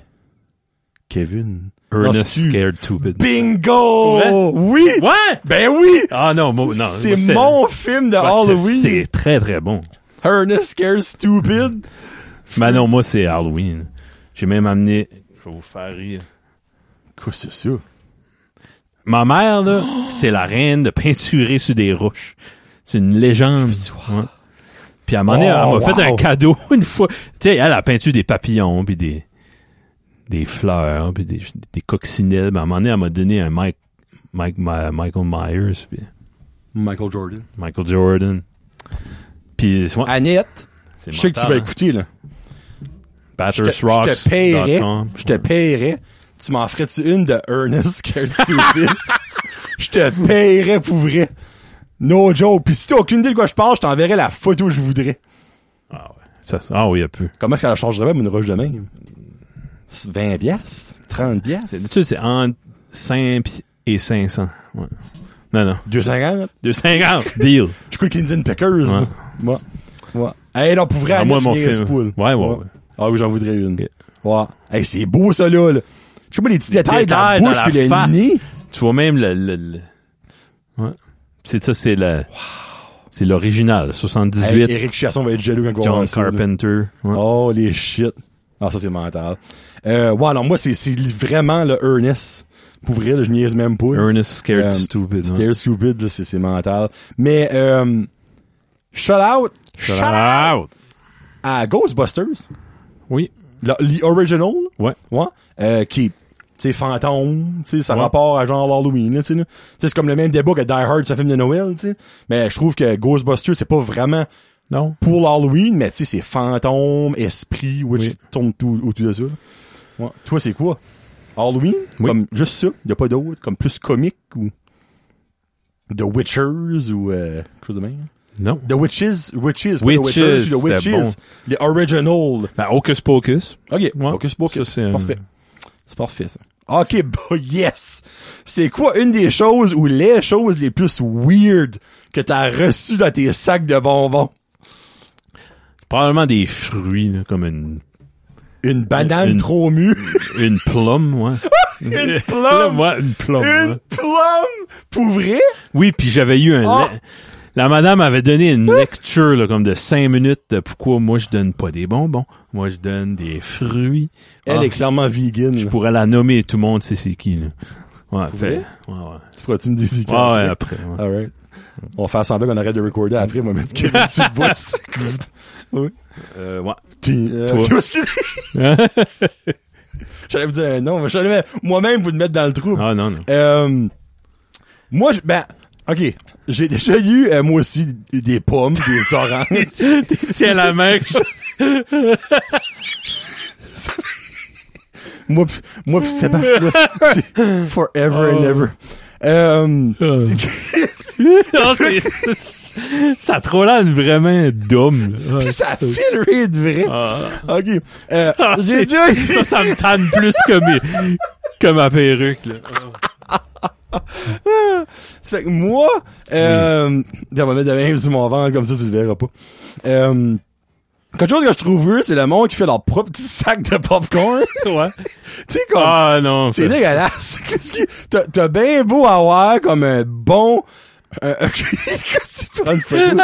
[SPEAKER 1] Kevin. Non,
[SPEAKER 2] Ernest
[SPEAKER 1] excuse.
[SPEAKER 2] Scared Stupid.
[SPEAKER 1] Bingo!
[SPEAKER 2] Pour
[SPEAKER 1] Oui!
[SPEAKER 2] Ouais!
[SPEAKER 1] Ben oui!
[SPEAKER 2] Ah non, moi, non. moi,
[SPEAKER 1] c'est mon film de
[SPEAKER 2] Ouais, c'est-
[SPEAKER 1] Halloween.
[SPEAKER 2] C'est très très bon.
[SPEAKER 1] Ernest Scared Stupid.
[SPEAKER 2] Mais non, moi c'est Halloween. J'ai même amené, je vais vous faire rire.
[SPEAKER 1] Quoi, c'est ça?
[SPEAKER 2] Ma mère là, c'est la reine de peinturer sur des roches. C'est une légende. Ouais. Puis à un moment donné,
[SPEAKER 1] Oh,
[SPEAKER 2] elle m'a fait
[SPEAKER 1] wow.
[SPEAKER 2] un cadeau une fois. Tu sais, elle a peintu des papillons, puis des, des fleurs, puis des, des coccinelles. Mais à un moment donné, elle m'a donné un Mike, Mike, Ma- Michael Myers, puis
[SPEAKER 1] Michael Jordan.
[SPEAKER 2] Michael Jordan. Puis, ouais,
[SPEAKER 1] Ah. Annette,
[SPEAKER 2] c'est
[SPEAKER 1] je sais que tu
[SPEAKER 2] mental,
[SPEAKER 1] vas
[SPEAKER 2] hein.
[SPEAKER 1] écouter, là. Je te,
[SPEAKER 2] Batters
[SPEAKER 1] je
[SPEAKER 2] Rocks
[SPEAKER 1] te paierais.
[SPEAKER 2] dot com.
[SPEAKER 1] Je te paierais. Tu m'en ferais-tu une de Ernest Scared Stupid? je te paierais pour vrai. No joke. Puis si t'as aucune idée de quoi je parle, je t'enverrai la photo que je voudrais.
[SPEAKER 2] Ah, ouais. Ça, ah oui, il y a plus.
[SPEAKER 1] Comment est-ce qu'elle la changerait même une roche de même? C'est 20 piastres? 30 piastres?
[SPEAKER 2] D'habitude, c'est entre 5 et 500. Ouais. Non, non.
[SPEAKER 1] 250?
[SPEAKER 2] 250. Deal.
[SPEAKER 1] Je coule Kindian Pickers, moi. Ouais. Ouais. Hey, non, pour vrai,
[SPEAKER 2] Ah,
[SPEAKER 1] Annette,
[SPEAKER 2] moi,
[SPEAKER 1] je
[SPEAKER 2] mon
[SPEAKER 1] niaise
[SPEAKER 2] film.
[SPEAKER 1] poule.
[SPEAKER 2] Ouais, ouais, ouais.
[SPEAKER 1] Ah oui, j'en voudrais une.
[SPEAKER 2] Ok.
[SPEAKER 1] Ouais. Hey, c'est beau, ça, là, là. Je sais pas, les petits détails, de la
[SPEAKER 2] détails
[SPEAKER 1] bouche
[SPEAKER 2] dans
[SPEAKER 1] puis le
[SPEAKER 2] face.
[SPEAKER 1] nez.
[SPEAKER 2] Tu vois même le... le- le- Ouais. C'est ça, c'est le... C'est l'original, 78,
[SPEAKER 1] Hey, Eric Chasson va être jaloux quand on va
[SPEAKER 2] John
[SPEAKER 1] voir ça, là.
[SPEAKER 2] Carpenter. Ouais.
[SPEAKER 1] Oh, les shit. Ah, ça, c'est mental. Euh, ouais, non, moi, c'est, c'est vraiment le Ernest. Pour vrai, là, je niaise même pas. là.
[SPEAKER 2] Ernest Scared
[SPEAKER 1] Euh,
[SPEAKER 2] Stupid. hein.
[SPEAKER 1] Scared Stupid, là, c'est, c'est mental. Mais, euh, shout out, shout
[SPEAKER 2] Shout
[SPEAKER 1] out
[SPEAKER 2] out.
[SPEAKER 1] à Ghostbusters.
[SPEAKER 2] Oui,
[SPEAKER 1] Le, le original,
[SPEAKER 2] ouais.
[SPEAKER 1] ouais, euh, qui est, tu sais, fantôme, tu sais, ça
[SPEAKER 2] Ouais.
[SPEAKER 1] rapport à genre Halloween, là, tu sais, là. Tu sais, c'est comme le même débat que Die Hard, c'est un film de Noël, tu sais. Mais je trouve que Ghostbusters, c'est pas vraiment
[SPEAKER 2] Non.
[SPEAKER 1] pour l'Halloween, mais tu sais, c'est fantôme, esprit, witch
[SPEAKER 2] Oui.
[SPEAKER 1] qui tourne tout autour de ça. Ouais. Toi, c'est quoi? Halloween?
[SPEAKER 2] Oui.
[SPEAKER 1] Comme juste ça? Y a pas d'autre? Comme plus comique ou. The Witchers ou euh, quelque chose de même?
[SPEAKER 2] Non.
[SPEAKER 1] The Witches? Witches, pas The
[SPEAKER 2] Witches,
[SPEAKER 1] Witchers, The
[SPEAKER 2] c'était
[SPEAKER 1] Witches.
[SPEAKER 2] bon.
[SPEAKER 1] Les Original.
[SPEAKER 2] Ben, Hocus Pocus.
[SPEAKER 1] Ok,
[SPEAKER 2] Ouais.
[SPEAKER 1] Hocus Pocus.
[SPEAKER 2] Ça, c'est un-
[SPEAKER 1] Parfait. C'est parfait, ça. Ok, bah, yes! C'est quoi une des choses ou les choses les plus weird que t'as reçues dans tes sacs de bonbons?
[SPEAKER 2] Probablement des fruits, là, comme une,
[SPEAKER 1] Une banane
[SPEAKER 2] Une-
[SPEAKER 1] trop mue?
[SPEAKER 2] une plume, ouais.
[SPEAKER 1] Une plume!
[SPEAKER 2] Ouais, une plume. ouais.
[SPEAKER 1] Une plume! Pour vrai?
[SPEAKER 2] Oui, puis j'avais eu un...
[SPEAKER 1] Ah!
[SPEAKER 2] le- La madame avait donné une lecture là, comme de cinq minutes de pourquoi moi je donne pas des bonbons, moi je donne des fruits.
[SPEAKER 1] Elle
[SPEAKER 2] Ah,
[SPEAKER 1] est clairement vegan.
[SPEAKER 2] Je
[SPEAKER 1] là.
[SPEAKER 2] pourrais la nommer, tout le monde sait c'est qui. Là. Ouais, fait,
[SPEAKER 1] vrai?
[SPEAKER 2] ouais, ouais.
[SPEAKER 1] Tu pourras-tu me dire c'est
[SPEAKER 2] Ouais,
[SPEAKER 1] quoi?
[SPEAKER 2] ouais, après. ouais.
[SPEAKER 1] Alright. ah. On va faire semblant qu'on arrête de recorder après, on va mettre Kevin dessus le bois. Ah.
[SPEAKER 2] Euh, ouais.
[SPEAKER 1] Puis, euh,
[SPEAKER 2] Toi.
[SPEAKER 1] excusez. J'allais vous dire un nom, mais j'allais moi-même vous le mettre dans le trou.
[SPEAKER 2] Ah non, non.
[SPEAKER 1] Euh, moi, je- ben, ok. J'ai déjà eu, euh, moi aussi, des- des pommes, des oranges.
[SPEAKER 2] Tiens la main.
[SPEAKER 1] moi, pis- moi pis Sébastien. c'est Forever
[SPEAKER 2] Oh.
[SPEAKER 1] and ever. Euh,
[SPEAKER 2] Non, c'est- ça a trop l'air vraiment d'homme. là. Ouais.
[SPEAKER 1] pis ça filerait de vrai.
[SPEAKER 2] Ah.
[SPEAKER 1] Ok. Euh,
[SPEAKER 2] Ça,
[SPEAKER 1] j'ai
[SPEAKER 2] c'est-
[SPEAKER 1] déjà eu-
[SPEAKER 2] Ça, ça me tanne plus que, mes, que ma perruque. Là.
[SPEAKER 1] Ça fait que moi, euh, on va mettre de la main sur mon ventre, comme ça, tu le verras pas. Euh, quelque chose que je trouve weird, c'est le monde qui fait leur propre petit sac de popcorn.
[SPEAKER 2] Ouais.
[SPEAKER 1] tu sais, comme,
[SPEAKER 2] Ah non.
[SPEAKER 1] c'est
[SPEAKER 2] ça-
[SPEAKER 1] dégueulasse. Qu'est-ce qui, t'as, t'as bien beau avoir comme un bon, euh, qu'est-ce que tu prends une photo?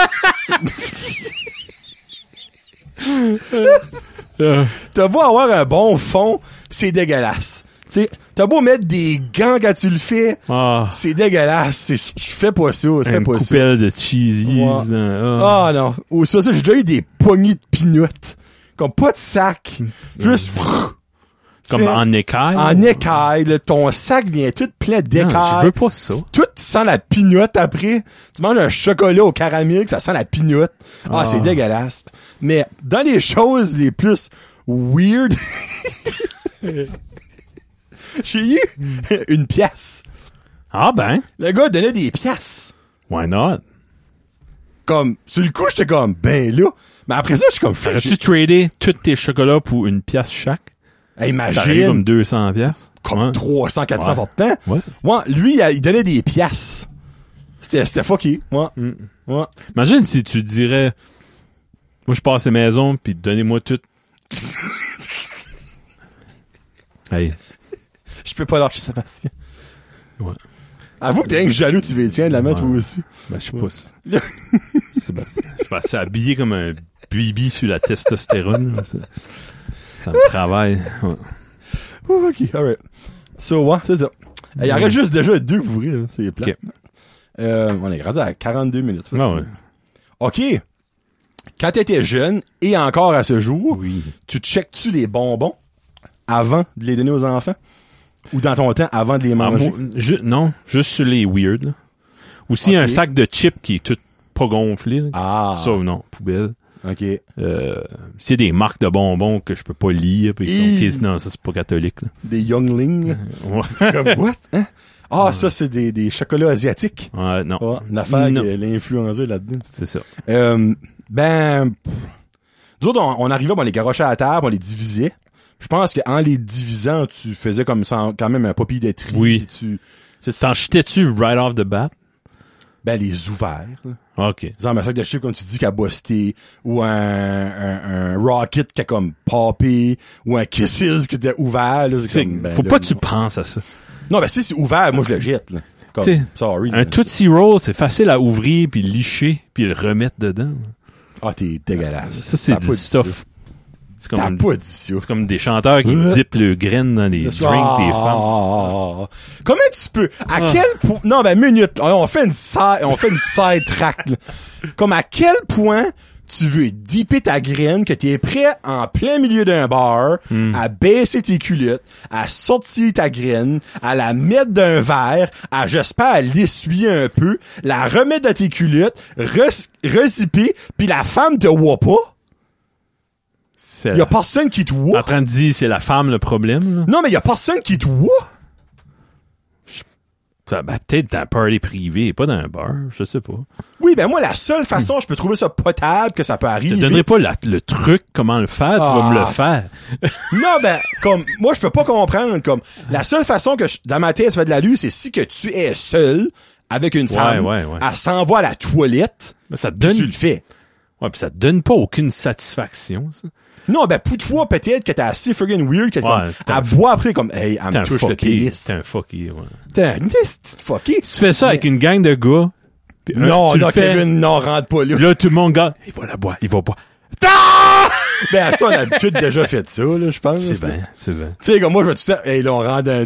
[SPEAKER 2] Euh,
[SPEAKER 1] T'as beau avoir un bon fond, c'est dégueulasse. Tu sais, t'as beau mettre des gants quand tu le fais,
[SPEAKER 2] ah,
[SPEAKER 1] c'est dégueulasse. C'est- Je fais pas ça, je fais
[SPEAKER 2] une
[SPEAKER 1] pas ça.
[SPEAKER 2] coupelle de cheesies.
[SPEAKER 1] Ouais.
[SPEAKER 2] là. Ah.
[SPEAKER 1] Ah non. Ou ça, ça, j'ai déjà eu des poignées de pinottes. Comme pas de sac.
[SPEAKER 2] Mm.
[SPEAKER 1] Juste frrr,
[SPEAKER 2] Comme
[SPEAKER 1] t'sais,
[SPEAKER 2] en écaille.
[SPEAKER 1] en écaille. là, ton sac vient tout plein
[SPEAKER 2] Mm. Non,
[SPEAKER 1] d'écailles.
[SPEAKER 2] je veux pas ça.
[SPEAKER 1] Tout sent la pinotte après. Tu manges un chocolat au caramel, que ça sent la pinotte. Ah,
[SPEAKER 2] Ah.
[SPEAKER 1] c'est dégueulasse. Mais dans les choses les plus weird, j'ai eu
[SPEAKER 2] Hmm.
[SPEAKER 1] une pièce.
[SPEAKER 2] Ah ben,
[SPEAKER 1] Le gars donnait des pièces.
[SPEAKER 2] why not?
[SPEAKER 1] Comme, sur le coup, j'étais comme, ben là. Mais après ça, je suis comme, frère,
[SPEAKER 2] T'aurais-tu tradé tous tes chocolats pour une pièce chaque? T'arrives
[SPEAKER 1] imagine.
[SPEAKER 2] comme 200 pièces?
[SPEAKER 1] comme
[SPEAKER 2] Ouais.
[SPEAKER 1] 300, 400
[SPEAKER 2] Ouais.
[SPEAKER 1] sortes de temps.
[SPEAKER 2] Ouais.
[SPEAKER 1] lui, il, a- il donnait des piastres. C'était, c'était fucké. Ouais.
[SPEAKER 2] Hmm.
[SPEAKER 1] Ouais.
[SPEAKER 2] Imagine si tu dirais, moi je passe les maisons, puis donnez-moi tout. hey,
[SPEAKER 1] Je peux pas lâcher Sébastien.
[SPEAKER 2] Ouais.
[SPEAKER 1] Avoue que t'es un jaloux, tu veux tiens de la mettre
[SPEAKER 2] Ouais.
[SPEAKER 1] toi aussi.
[SPEAKER 2] ben, je suis pas ça. Sébastien. Je pense que c'est habillé comme un bibi sur la testostérone. là, Ça, ça me travaille. Ouais.
[SPEAKER 1] Ouh, ok, alright. So, ouais, c'est ça. Eh, Il y en reste juste déjà deux pour ouvrir, hein. c'est plat.
[SPEAKER 2] Ok.
[SPEAKER 1] Euh, on est grandi à 42 minutes. c'est pas
[SPEAKER 2] Ah
[SPEAKER 1] ça.
[SPEAKER 2] ouais.
[SPEAKER 1] Ok. Quand t'étais jeune, et encore à ce jour,
[SPEAKER 2] Oui.
[SPEAKER 1] tu checkes-tu les bonbons avant de les donner aux enfants? Ou dans ton temps, avant de les
[SPEAKER 2] Ah,
[SPEAKER 1] manger?
[SPEAKER 2] moi, ju- non, juste sur les weird. Là. Ou s'il y a
[SPEAKER 1] Ok.
[SPEAKER 2] un sac de chips qui est tout pas gonflé. là.
[SPEAKER 1] Ah,
[SPEAKER 2] Ça, non, poubelle.
[SPEAKER 1] ok.
[SPEAKER 2] Euh, s'il y a des marques de bonbons que je peux pas lire, puis
[SPEAKER 1] Ih!
[SPEAKER 2] ok, non, ça c'est pas catholique. Là.
[SPEAKER 1] Des younglings. là.
[SPEAKER 2] Ouais.
[SPEAKER 1] Comme, what? Hein? Ah, ça, c'est des, des chocolats asiatiques.
[SPEAKER 2] Ouais, non.
[SPEAKER 1] Ah, une affaire,
[SPEAKER 2] Non,
[SPEAKER 1] qui est l'influenza là-dedans.
[SPEAKER 2] C'est ça.
[SPEAKER 1] Euh, ben, pff. nous autres, on, on arrivait, puis on les garochait à terre, puis on les divisait. Je pense qu'en les divisant, tu faisais comme sans, quand même un papier de tri.
[SPEAKER 2] Oui.
[SPEAKER 1] puis Tu, c'est ça.
[SPEAKER 2] T'en jetais-tu right off the bat?
[SPEAKER 1] Ben, les ouverts. là.
[SPEAKER 2] OK.
[SPEAKER 1] Disons, un sac de chips, comme tu dis, qui a busté, ou un, un, un rocket qui a comme popé, ou un kisses qui était ouvert. Là,
[SPEAKER 2] C'est-
[SPEAKER 1] c'est comme, ben,
[SPEAKER 2] faut
[SPEAKER 1] là,
[SPEAKER 2] pas que tu penses à ça.
[SPEAKER 1] Non, ben si c'est ouvert, moi, je le jette. Là. Comme,
[SPEAKER 2] T'sais,
[SPEAKER 1] sorry.
[SPEAKER 2] Un
[SPEAKER 1] là.
[SPEAKER 2] Tootsie Roll, c'est facile à ouvrir, puis licher, puis le remettre dedans.
[SPEAKER 1] Ah, t'es dégueulasse.
[SPEAKER 2] Ça, c'est
[SPEAKER 1] T'as pas
[SPEAKER 2] du
[SPEAKER 1] dit ça.
[SPEAKER 2] stuff. C'est
[SPEAKER 1] T'as
[SPEAKER 2] comme,
[SPEAKER 1] pas dit ça.
[SPEAKER 2] c'est comme des chanteurs qui
[SPEAKER 1] Euh.
[SPEAKER 2] dippent le grain dans les drinks des
[SPEAKER 1] Ah,
[SPEAKER 2] femmes. Ah.
[SPEAKER 1] femmes. ah. Comment tu peux? À quel point... Non, ben, minute. On on fait une side, on fait une side track, là. Comme à quel point tu veux dipper ta graine que t'es prêt en plein milieu d'un bar
[SPEAKER 2] Hmm.
[SPEAKER 1] à baisser tes culottes, à sortir ta graine, à la mettre d'un verre, à, j'espère, l'essuyer un peu, la remettre dans tes culottes, re- rezipper, puis la femme te voit pas.
[SPEAKER 2] C'est
[SPEAKER 1] Il y
[SPEAKER 2] Euh.
[SPEAKER 1] a personne qui te
[SPEAKER 2] en
[SPEAKER 1] voit.
[SPEAKER 2] train de dire, c'est la femme le problème. là.
[SPEAKER 1] Non, mais il y a personne qui te voit.
[SPEAKER 2] Ça, ben, peut-être dans un party privé, pas dans un bar, je sais pas.
[SPEAKER 1] Oui, ben moi, la seule façon, je peux trouver ça potable que ça peut
[SPEAKER 2] Hmm. Je
[SPEAKER 1] arriver.
[SPEAKER 2] te donnerai pas la- le truc, comment le faire, tu vas me le
[SPEAKER 1] Ah.
[SPEAKER 2] faire.
[SPEAKER 1] Non, ben, comme, moi, je peux pas comprendre, comme, la seule façon que, je- dans ma tête, ça fait de la lue, c'est si que tu es seul avec une femme,
[SPEAKER 2] ouais, ouais.
[SPEAKER 1] elle s'envoie à la toilette,
[SPEAKER 2] Ben, ça te
[SPEAKER 1] puis
[SPEAKER 2] donne,
[SPEAKER 1] tu le fais.
[SPEAKER 2] ouais, puis ça te donne pas aucune satisfaction, ça.
[SPEAKER 1] Non, ben, pour toi, peut-être que t'es assez friggin' weird, que comme,
[SPEAKER 2] t'es un-
[SPEAKER 1] elle boit après, comme, hey, elle
[SPEAKER 2] T'es
[SPEAKER 1] me
[SPEAKER 2] un
[SPEAKER 1] touche le
[SPEAKER 2] fucké.
[SPEAKER 1] pénis.
[SPEAKER 2] T'es un fucké, ouais.
[SPEAKER 1] T'es un esti de fucké.
[SPEAKER 2] Tu fais ça avec une gang de gars. puis un-
[SPEAKER 1] Non,
[SPEAKER 2] tu le
[SPEAKER 1] là,
[SPEAKER 2] fais,
[SPEAKER 1] Kevin, non, rentre pas là.
[SPEAKER 2] Là, tout le monde garde. Il va la boire, il va boire.
[SPEAKER 1] Ben, ça, on a tout déjà fait ça, là, je pense.
[SPEAKER 2] C'est bien, c'est bien.
[SPEAKER 1] Tu sais, comme moi, je vais tout ça, hey, là, on rentre dans,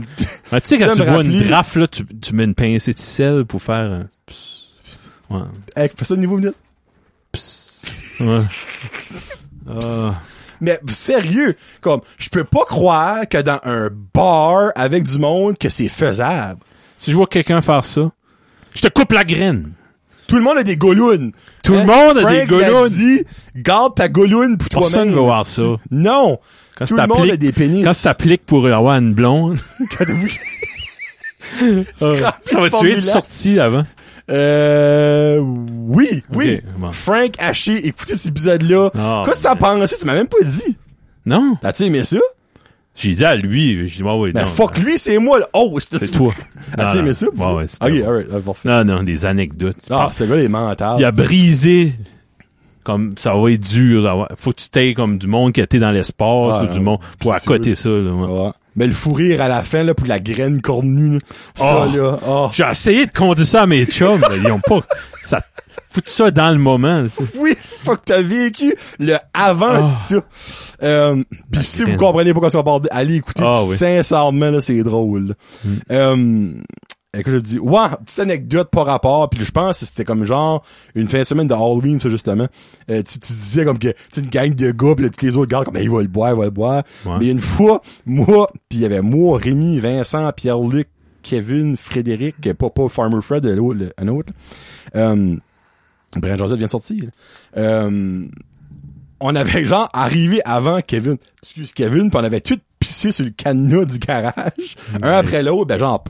[SPEAKER 2] Mais tu sais, quand
[SPEAKER 1] Ça
[SPEAKER 2] tu
[SPEAKER 1] me
[SPEAKER 2] bois une
[SPEAKER 1] rappelait-
[SPEAKER 2] draft, là, tu, tu mets une pincée de sel pour faire un pss, pss, Ouais.
[SPEAKER 1] hey, fais ça de niveau minute.
[SPEAKER 2] pss, ouais. Ah.
[SPEAKER 1] Mais sérieux, comme je peux pas croire que dans un bar avec du monde que c'est faisable.
[SPEAKER 2] si je vois quelqu'un faire ça, je te coupe la graine.
[SPEAKER 1] Tout le monde a des goulounes.
[SPEAKER 2] Tout le monde a
[SPEAKER 1] Frank
[SPEAKER 2] des
[SPEAKER 1] l'a
[SPEAKER 2] golounes.
[SPEAKER 1] dit, garde ta gouloune pour toi-même.
[SPEAKER 2] Personne va voir ça.
[SPEAKER 1] Non.
[SPEAKER 2] Quand
[SPEAKER 1] Tout
[SPEAKER 2] tu
[SPEAKER 1] le monde
[SPEAKER 2] t'appliques-
[SPEAKER 1] a des pénis.
[SPEAKER 2] Quand tu t'appliques pour avoir une blonde,
[SPEAKER 1] remplis
[SPEAKER 2] ça va
[SPEAKER 1] le
[SPEAKER 2] tuer, tu
[SPEAKER 1] formulaire.
[SPEAKER 2] sorti avant.
[SPEAKER 1] Euh, oui, oui.
[SPEAKER 2] bon.
[SPEAKER 1] Frank Haché, écoutez cet épisode-là.
[SPEAKER 2] Ah,
[SPEAKER 1] Qu'est-ce que t'en pensé? Tu m'as même pas dit. Ben,
[SPEAKER 2] Non.
[SPEAKER 1] T'as-tu aimé ça?
[SPEAKER 2] J'ai dit à lui, j'ai dit, ouais, ouais,
[SPEAKER 1] Ben,
[SPEAKER 2] non.
[SPEAKER 1] fuck lui, c'est moi, là. Oh,
[SPEAKER 2] C'est toi.
[SPEAKER 1] T'as-tu
[SPEAKER 2] Non,
[SPEAKER 1] aimé
[SPEAKER 2] non.
[SPEAKER 1] ça?
[SPEAKER 2] Ouais, ouais, c'était
[SPEAKER 1] Ok,
[SPEAKER 2] bon.
[SPEAKER 1] alright, on va refaire.
[SPEAKER 2] Non, non, des anecdotes.
[SPEAKER 1] Ah, ce gars, il est mental.
[SPEAKER 2] Il a brisé. Comme ça va être dur. là, ouais. Faut que tu t'aies comme du monde qui a été dans l'espace
[SPEAKER 1] Ah,
[SPEAKER 2] ou du monde pour
[SPEAKER 1] c'est
[SPEAKER 2] accoter ça. là, ouais.
[SPEAKER 1] Ouais. Mais le fou rire à la fin, là, pour la graine cornue, là. ça,
[SPEAKER 2] Oh.
[SPEAKER 1] là, oh.
[SPEAKER 2] J'ai essayé de conduire ça à mes chums. mais ils ont pas. Ça foutu ça dans le moment. tu sais.
[SPEAKER 1] Oui, faut que t'as vécu le avant
[SPEAKER 2] Oh.
[SPEAKER 1] de ça. Euh, Pis si vous
[SPEAKER 2] graine.
[SPEAKER 1] comprenez pas qu'on se parle, allez écouter,
[SPEAKER 2] Ah,
[SPEAKER 1] pis
[SPEAKER 2] oui. Mm.
[SPEAKER 1] sincèrement, là, c'est drôle. Euh, écoute, je te dis, ouais, petite anecdote par rapport, puis je pense que c'était comme genre une fin de semaine de Halloween, ça, justement. Euh, tu, tu disais comme que, tu sais, une gang de gars, pis là, tous les autres gars, comme, hey, il va le boire, il va le boire.
[SPEAKER 2] Ouais.
[SPEAKER 1] Mais une fois, moi, pis il y avait moi, Rémi, Vincent, Pierre-Luc, Kevin, Frédéric, euh, pas, pas Farmer Fred, euh, l'autre, le- un autre. là. Euh, Brian Joseph vient de sortir. là. Euh, on avait genre arrivé avant Kevin, excuse Kevin, puis on avait tout pissé sur le cadenas du garage, un après l'autre, ben genre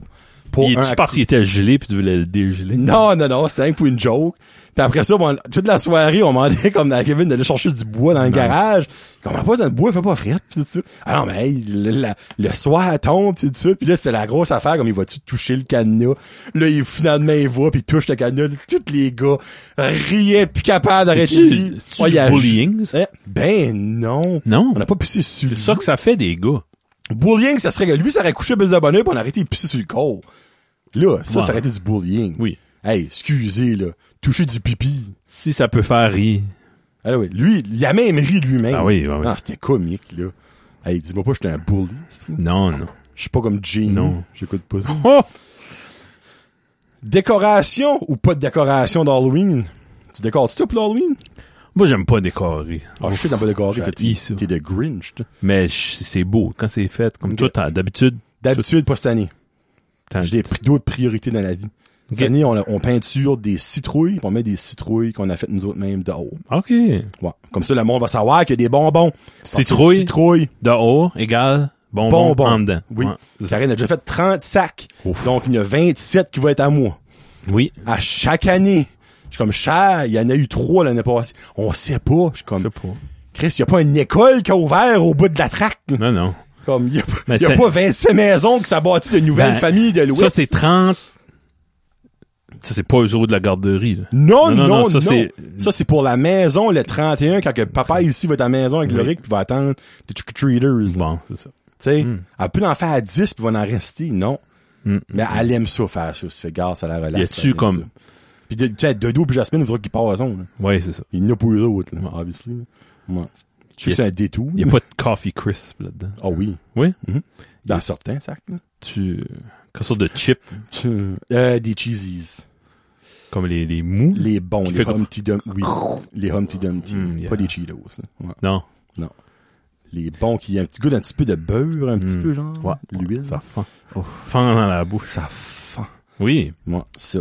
[SPEAKER 1] pour
[SPEAKER 2] Il
[SPEAKER 1] un
[SPEAKER 2] est
[SPEAKER 1] à-
[SPEAKER 2] parce qu'il était gelé puis tu voulais le dégeler.
[SPEAKER 1] non, non, non, c'était un pour une joke. Puis après ça, bon, toute la soirée, on demandait comme à Kevin d'aller chercher du bois dans le garage. Comment pas dans le bois, il fait pas frette, pis tout ça. Ah non, mais hey, le, la- le soir elle tombe, pis tout ça. Puis là, c'est la grosse affaire, comme il va-tu toucher le cadenas. Là, il, finalement, il va, puis il touche le cadenas. Là, Tous les gars riaient, plus capables d'arrêter
[SPEAKER 2] C'est-tu-
[SPEAKER 1] lui.
[SPEAKER 2] c'est-tu
[SPEAKER 1] Ouais,
[SPEAKER 2] du
[SPEAKER 1] il a-
[SPEAKER 2] bullying, ça?
[SPEAKER 1] Eh, Ben non.
[SPEAKER 2] Non.
[SPEAKER 1] On n'a pas pissé sur lui.
[SPEAKER 2] C'est ça que ça fait des gars.
[SPEAKER 1] Bullying, ça serait que lui, ça aurait couché plus de bonheur pis on aurait été pissé sur le corps. Là, ça,
[SPEAKER 2] Ouais.
[SPEAKER 1] ça aurait été du bullying.
[SPEAKER 2] Oui.
[SPEAKER 1] Hey, excusez, là. Toucher du pipi.
[SPEAKER 2] Si ça peut faire rire.
[SPEAKER 1] Ah oui, lui, il a même ri lui-même.
[SPEAKER 2] Ah oui, ah oui.
[SPEAKER 1] Ah, c'était comique, là. Hey, dis-moi pas que j'étais un bully. esprit.
[SPEAKER 2] Non, non.
[SPEAKER 1] Je suis pas comme Genie.
[SPEAKER 2] Non.
[SPEAKER 1] J'écoute pas ça.
[SPEAKER 2] Oh!
[SPEAKER 1] Décoration ou pas de décoration d'Halloween? Tu décores-tu toi pour l'Halloween?
[SPEAKER 2] Moi, j'aime pas décorer.
[SPEAKER 1] Ah, je sais que t'as pas décoré.
[SPEAKER 2] j'ai
[SPEAKER 1] fait,
[SPEAKER 2] haï ça.
[SPEAKER 1] T'es de Grinch, toi.
[SPEAKER 2] Mais je- c'est beau quand c'est fait. Comme toi, t'as- d'habitude,
[SPEAKER 1] D'habitude, pas cette année.
[SPEAKER 2] t'as-
[SPEAKER 1] J'ai des pri- d'autres priorités dans la vie. Cette
[SPEAKER 2] Ok.
[SPEAKER 1] année, on, a- on peinture des citrouilles, pis on met des citrouilles qu'on a faites nous autres mêmes dehors.
[SPEAKER 2] OK.
[SPEAKER 1] Ouais. Comme ça, le monde va savoir qu'il y a des bonbons. Parce que
[SPEAKER 2] Citrouille.
[SPEAKER 1] Citrouille.
[SPEAKER 2] Dehors égale bonbon,
[SPEAKER 1] Bonbons.
[SPEAKER 2] en dedans.
[SPEAKER 1] Oui.
[SPEAKER 2] Ouais.
[SPEAKER 1] Karine a déjà fait 30 sacs.
[SPEAKER 2] Ouf.
[SPEAKER 1] Donc, il y en a 27 qui vont être à moi.
[SPEAKER 2] Oui.
[SPEAKER 1] À chaque année. Je suis comme, cher, il y en a eu trois l'année passée. On sait pas. Je suis
[SPEAKER 2] Je
[SPEAKER 1] comme,
[SPEAKER 2] sais pas.
[SPEAKER 1] Chris, il y a pas une école qui a ouvert au bout de la traque.
[SPEAKER 2] Non, non.
[SPEAKER 1] Comme, il y a, pas-
[SPEAKER 2] Mais
[SPEAKER 1] il y a
[SPEAKER 2] c'est-
[SPEAKER 1] pas 27 maisons qui s'abattent de nouvelles
[SPEAKER 2] Ben,
[SPEAKER 1] familles de l'Ouest.
[SPEAKER 2] Ça, c'est 30. Ça, c'est pas eux autres de la garderie. là.
[SPEAKER 1] Non, non, non,
[SPEAKER 2] ça, c'est-
[SPEAKER 1] Ça, c'est pour la maison, le 31, quand que papa ici va être à la maison avec
[SPEAKER 2] Oui.
[SPEAKER 1] Loric, puis va attendre des trick-or-treaters.
[SPEAKER 2] Bon, c'est ça.
[SPEAKER 1] Tu sais,
[SPEAKER 2] Mm.
[SPEAKER 1] elle peut en faire à 10 puis va en rester, non. Mais elle aime ça faire ça, ça fait garde, ça la relaxe.
[SPEAKER 2] Y a-tu
[SPEAKER 1] elle aime
[SPEAKER 2] comme-
[SPEAKER 1] ça. Puis de- tu sais, Dodo puis Jasmine, vous autres qui passent, là.
[SPEAKER 2] Oui, c'est ça.
[SPEAKER 1] Il y en a pour eux autres, là, obviously. là. Ouais. Je sais que
[SPEAKER 2] Y a-
[SPEAKER 1] c'est un détour.
[SPEAKER 2] Il n'y a pas de coffee crisp là-dedans.
[SPEAKER 1] Ah oui,
[SPEAKER 2] Oui?
[SPEAKER 1] dans certains sacs, là.
[SPEAKER 2] Tu. Quelle sorte de chip,
[SPEAKER 1] Euh, des cheesies.
[SPEAKER 2] comme les, les mous?
[SPEAKER 1] Les bons,
[SPEAKER 2] Qui
[SPEAKER 1] les
[SPEAKER 2] fait comme-
[SPEAKER 1] Humpty Dumpty. Oui, les Humpty Dumpty.
[SPEAKER 2] Mm, yeah.
[SPEAKER 1] Pas des Cheetos, là. Ouais.
[SPEAKER 2] Non.
[SPEAKER 1] Non. Les bons qui ont un petit goût d'un petit peu de beurre, un petit peu, genre.
[SPEAKER 2] Mm. Ouais.
[SPEAKER 1] L'huile.
[SPEAKER 2] Ça fend. Fend dans la bouche.
[SPEAKER 1] Ça fend.
[SPEAKER 2] Oui.
[SPEAKER 1] Ouais, ça.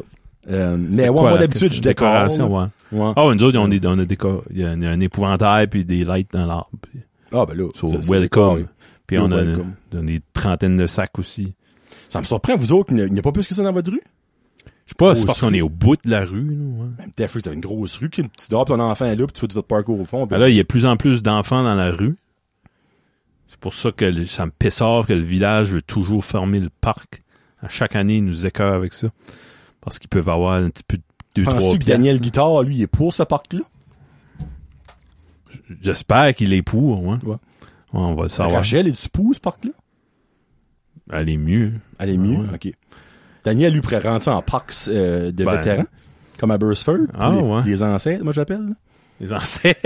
[SPEAKER 1] Euh,
[SPEAKER 2] C'est
[SPEAKER 1] mais ouais,
[SPEAKER 2] quoi,
[SPEAKER 1] moi,
[SPEAKER 2] la
[SPEAKER 1] d'habitude, je
[SPEAKER 2] question?
[SPEAKER 1] décore.
[SPEAKER 2] Décoration, ouais.
[SPEAKER 1] Ouais.
[SPEAKER 2] Ah, ouais, nous autres, on, est, on a décor... il, y a un, il y a un épouvantail puis des lights dans l'arbre. Puis-
[SPEAKER 1] Ah, ben là,
[SPEAKER 2] So,
[SPEAKER 1] ça, c'est décoré.
[SPEAKER 2] welcome. Puis
[SPEAKER 1] You're
[SPEAKER 2] on a,
[SPEAKER 1] welcome.
[SPEAKER 2] on a des trentaines de sacs aussi.
[SPEAKER 1] Ça me surprend, vous autres, il n'y a- il n'y a pas plus que ça dans votre rue?
[SPEAKER 2] Je sais pas,
[SPEAKER 1] Aussi.
[SPEAKER 2] c'est parce qu'on est au bout de la rue. Là, ouais.
[SPEAKER 1] Même Tefru, t'as une grosse rue, qui tu dors, pis ton enfant est là, pis tu fais du votre parcours au fond. pis-
[SPEAKER 2] Ben là, il y a de plus en plus d'enfants dans la rue. C'est pour ça que le- ça me pessore que le village veut toujours fermer le parc. À chaque année, ils nous écœurent avec ça. Parce qu'ils peuvent avoir un petit peu de deux, trois
[SPEAKER 1] Penses-tu que
[SPEAKER 2] piastres.
[SPEAKER 1] Daniel Guitard, lui, il est pour ce parc-là?
[SPEAKER 2] J'espère qu'il est pour, hein. ouais.
[SPEAKER 1] Ouais.
[SPEAKER 2] Ouais, on va le savoir.
[SPEAKER 1] Rachel, est-tu pour ce parc-là?
[SPEAKER 2] Elle est mieux.
[SPEAKER 1] Elle est mieux?
[SPEAKER 2] Ah ouais.
[SPEAKER 1] OK. Daniel, lui, pourrait rentrer en parc euh, de
[SPEAKER 2] Ben.
[SPEAKER 1] vétérans, comme à Burstford. pour
[SPEAKER 2] Ah,
[SPEAKER 1] les,
[SPEAKER 2] ouais.
[SPEAKER 1] les ancêtres, moi, j'appelle. là.
[SPEAKER 2] Les ancêtres.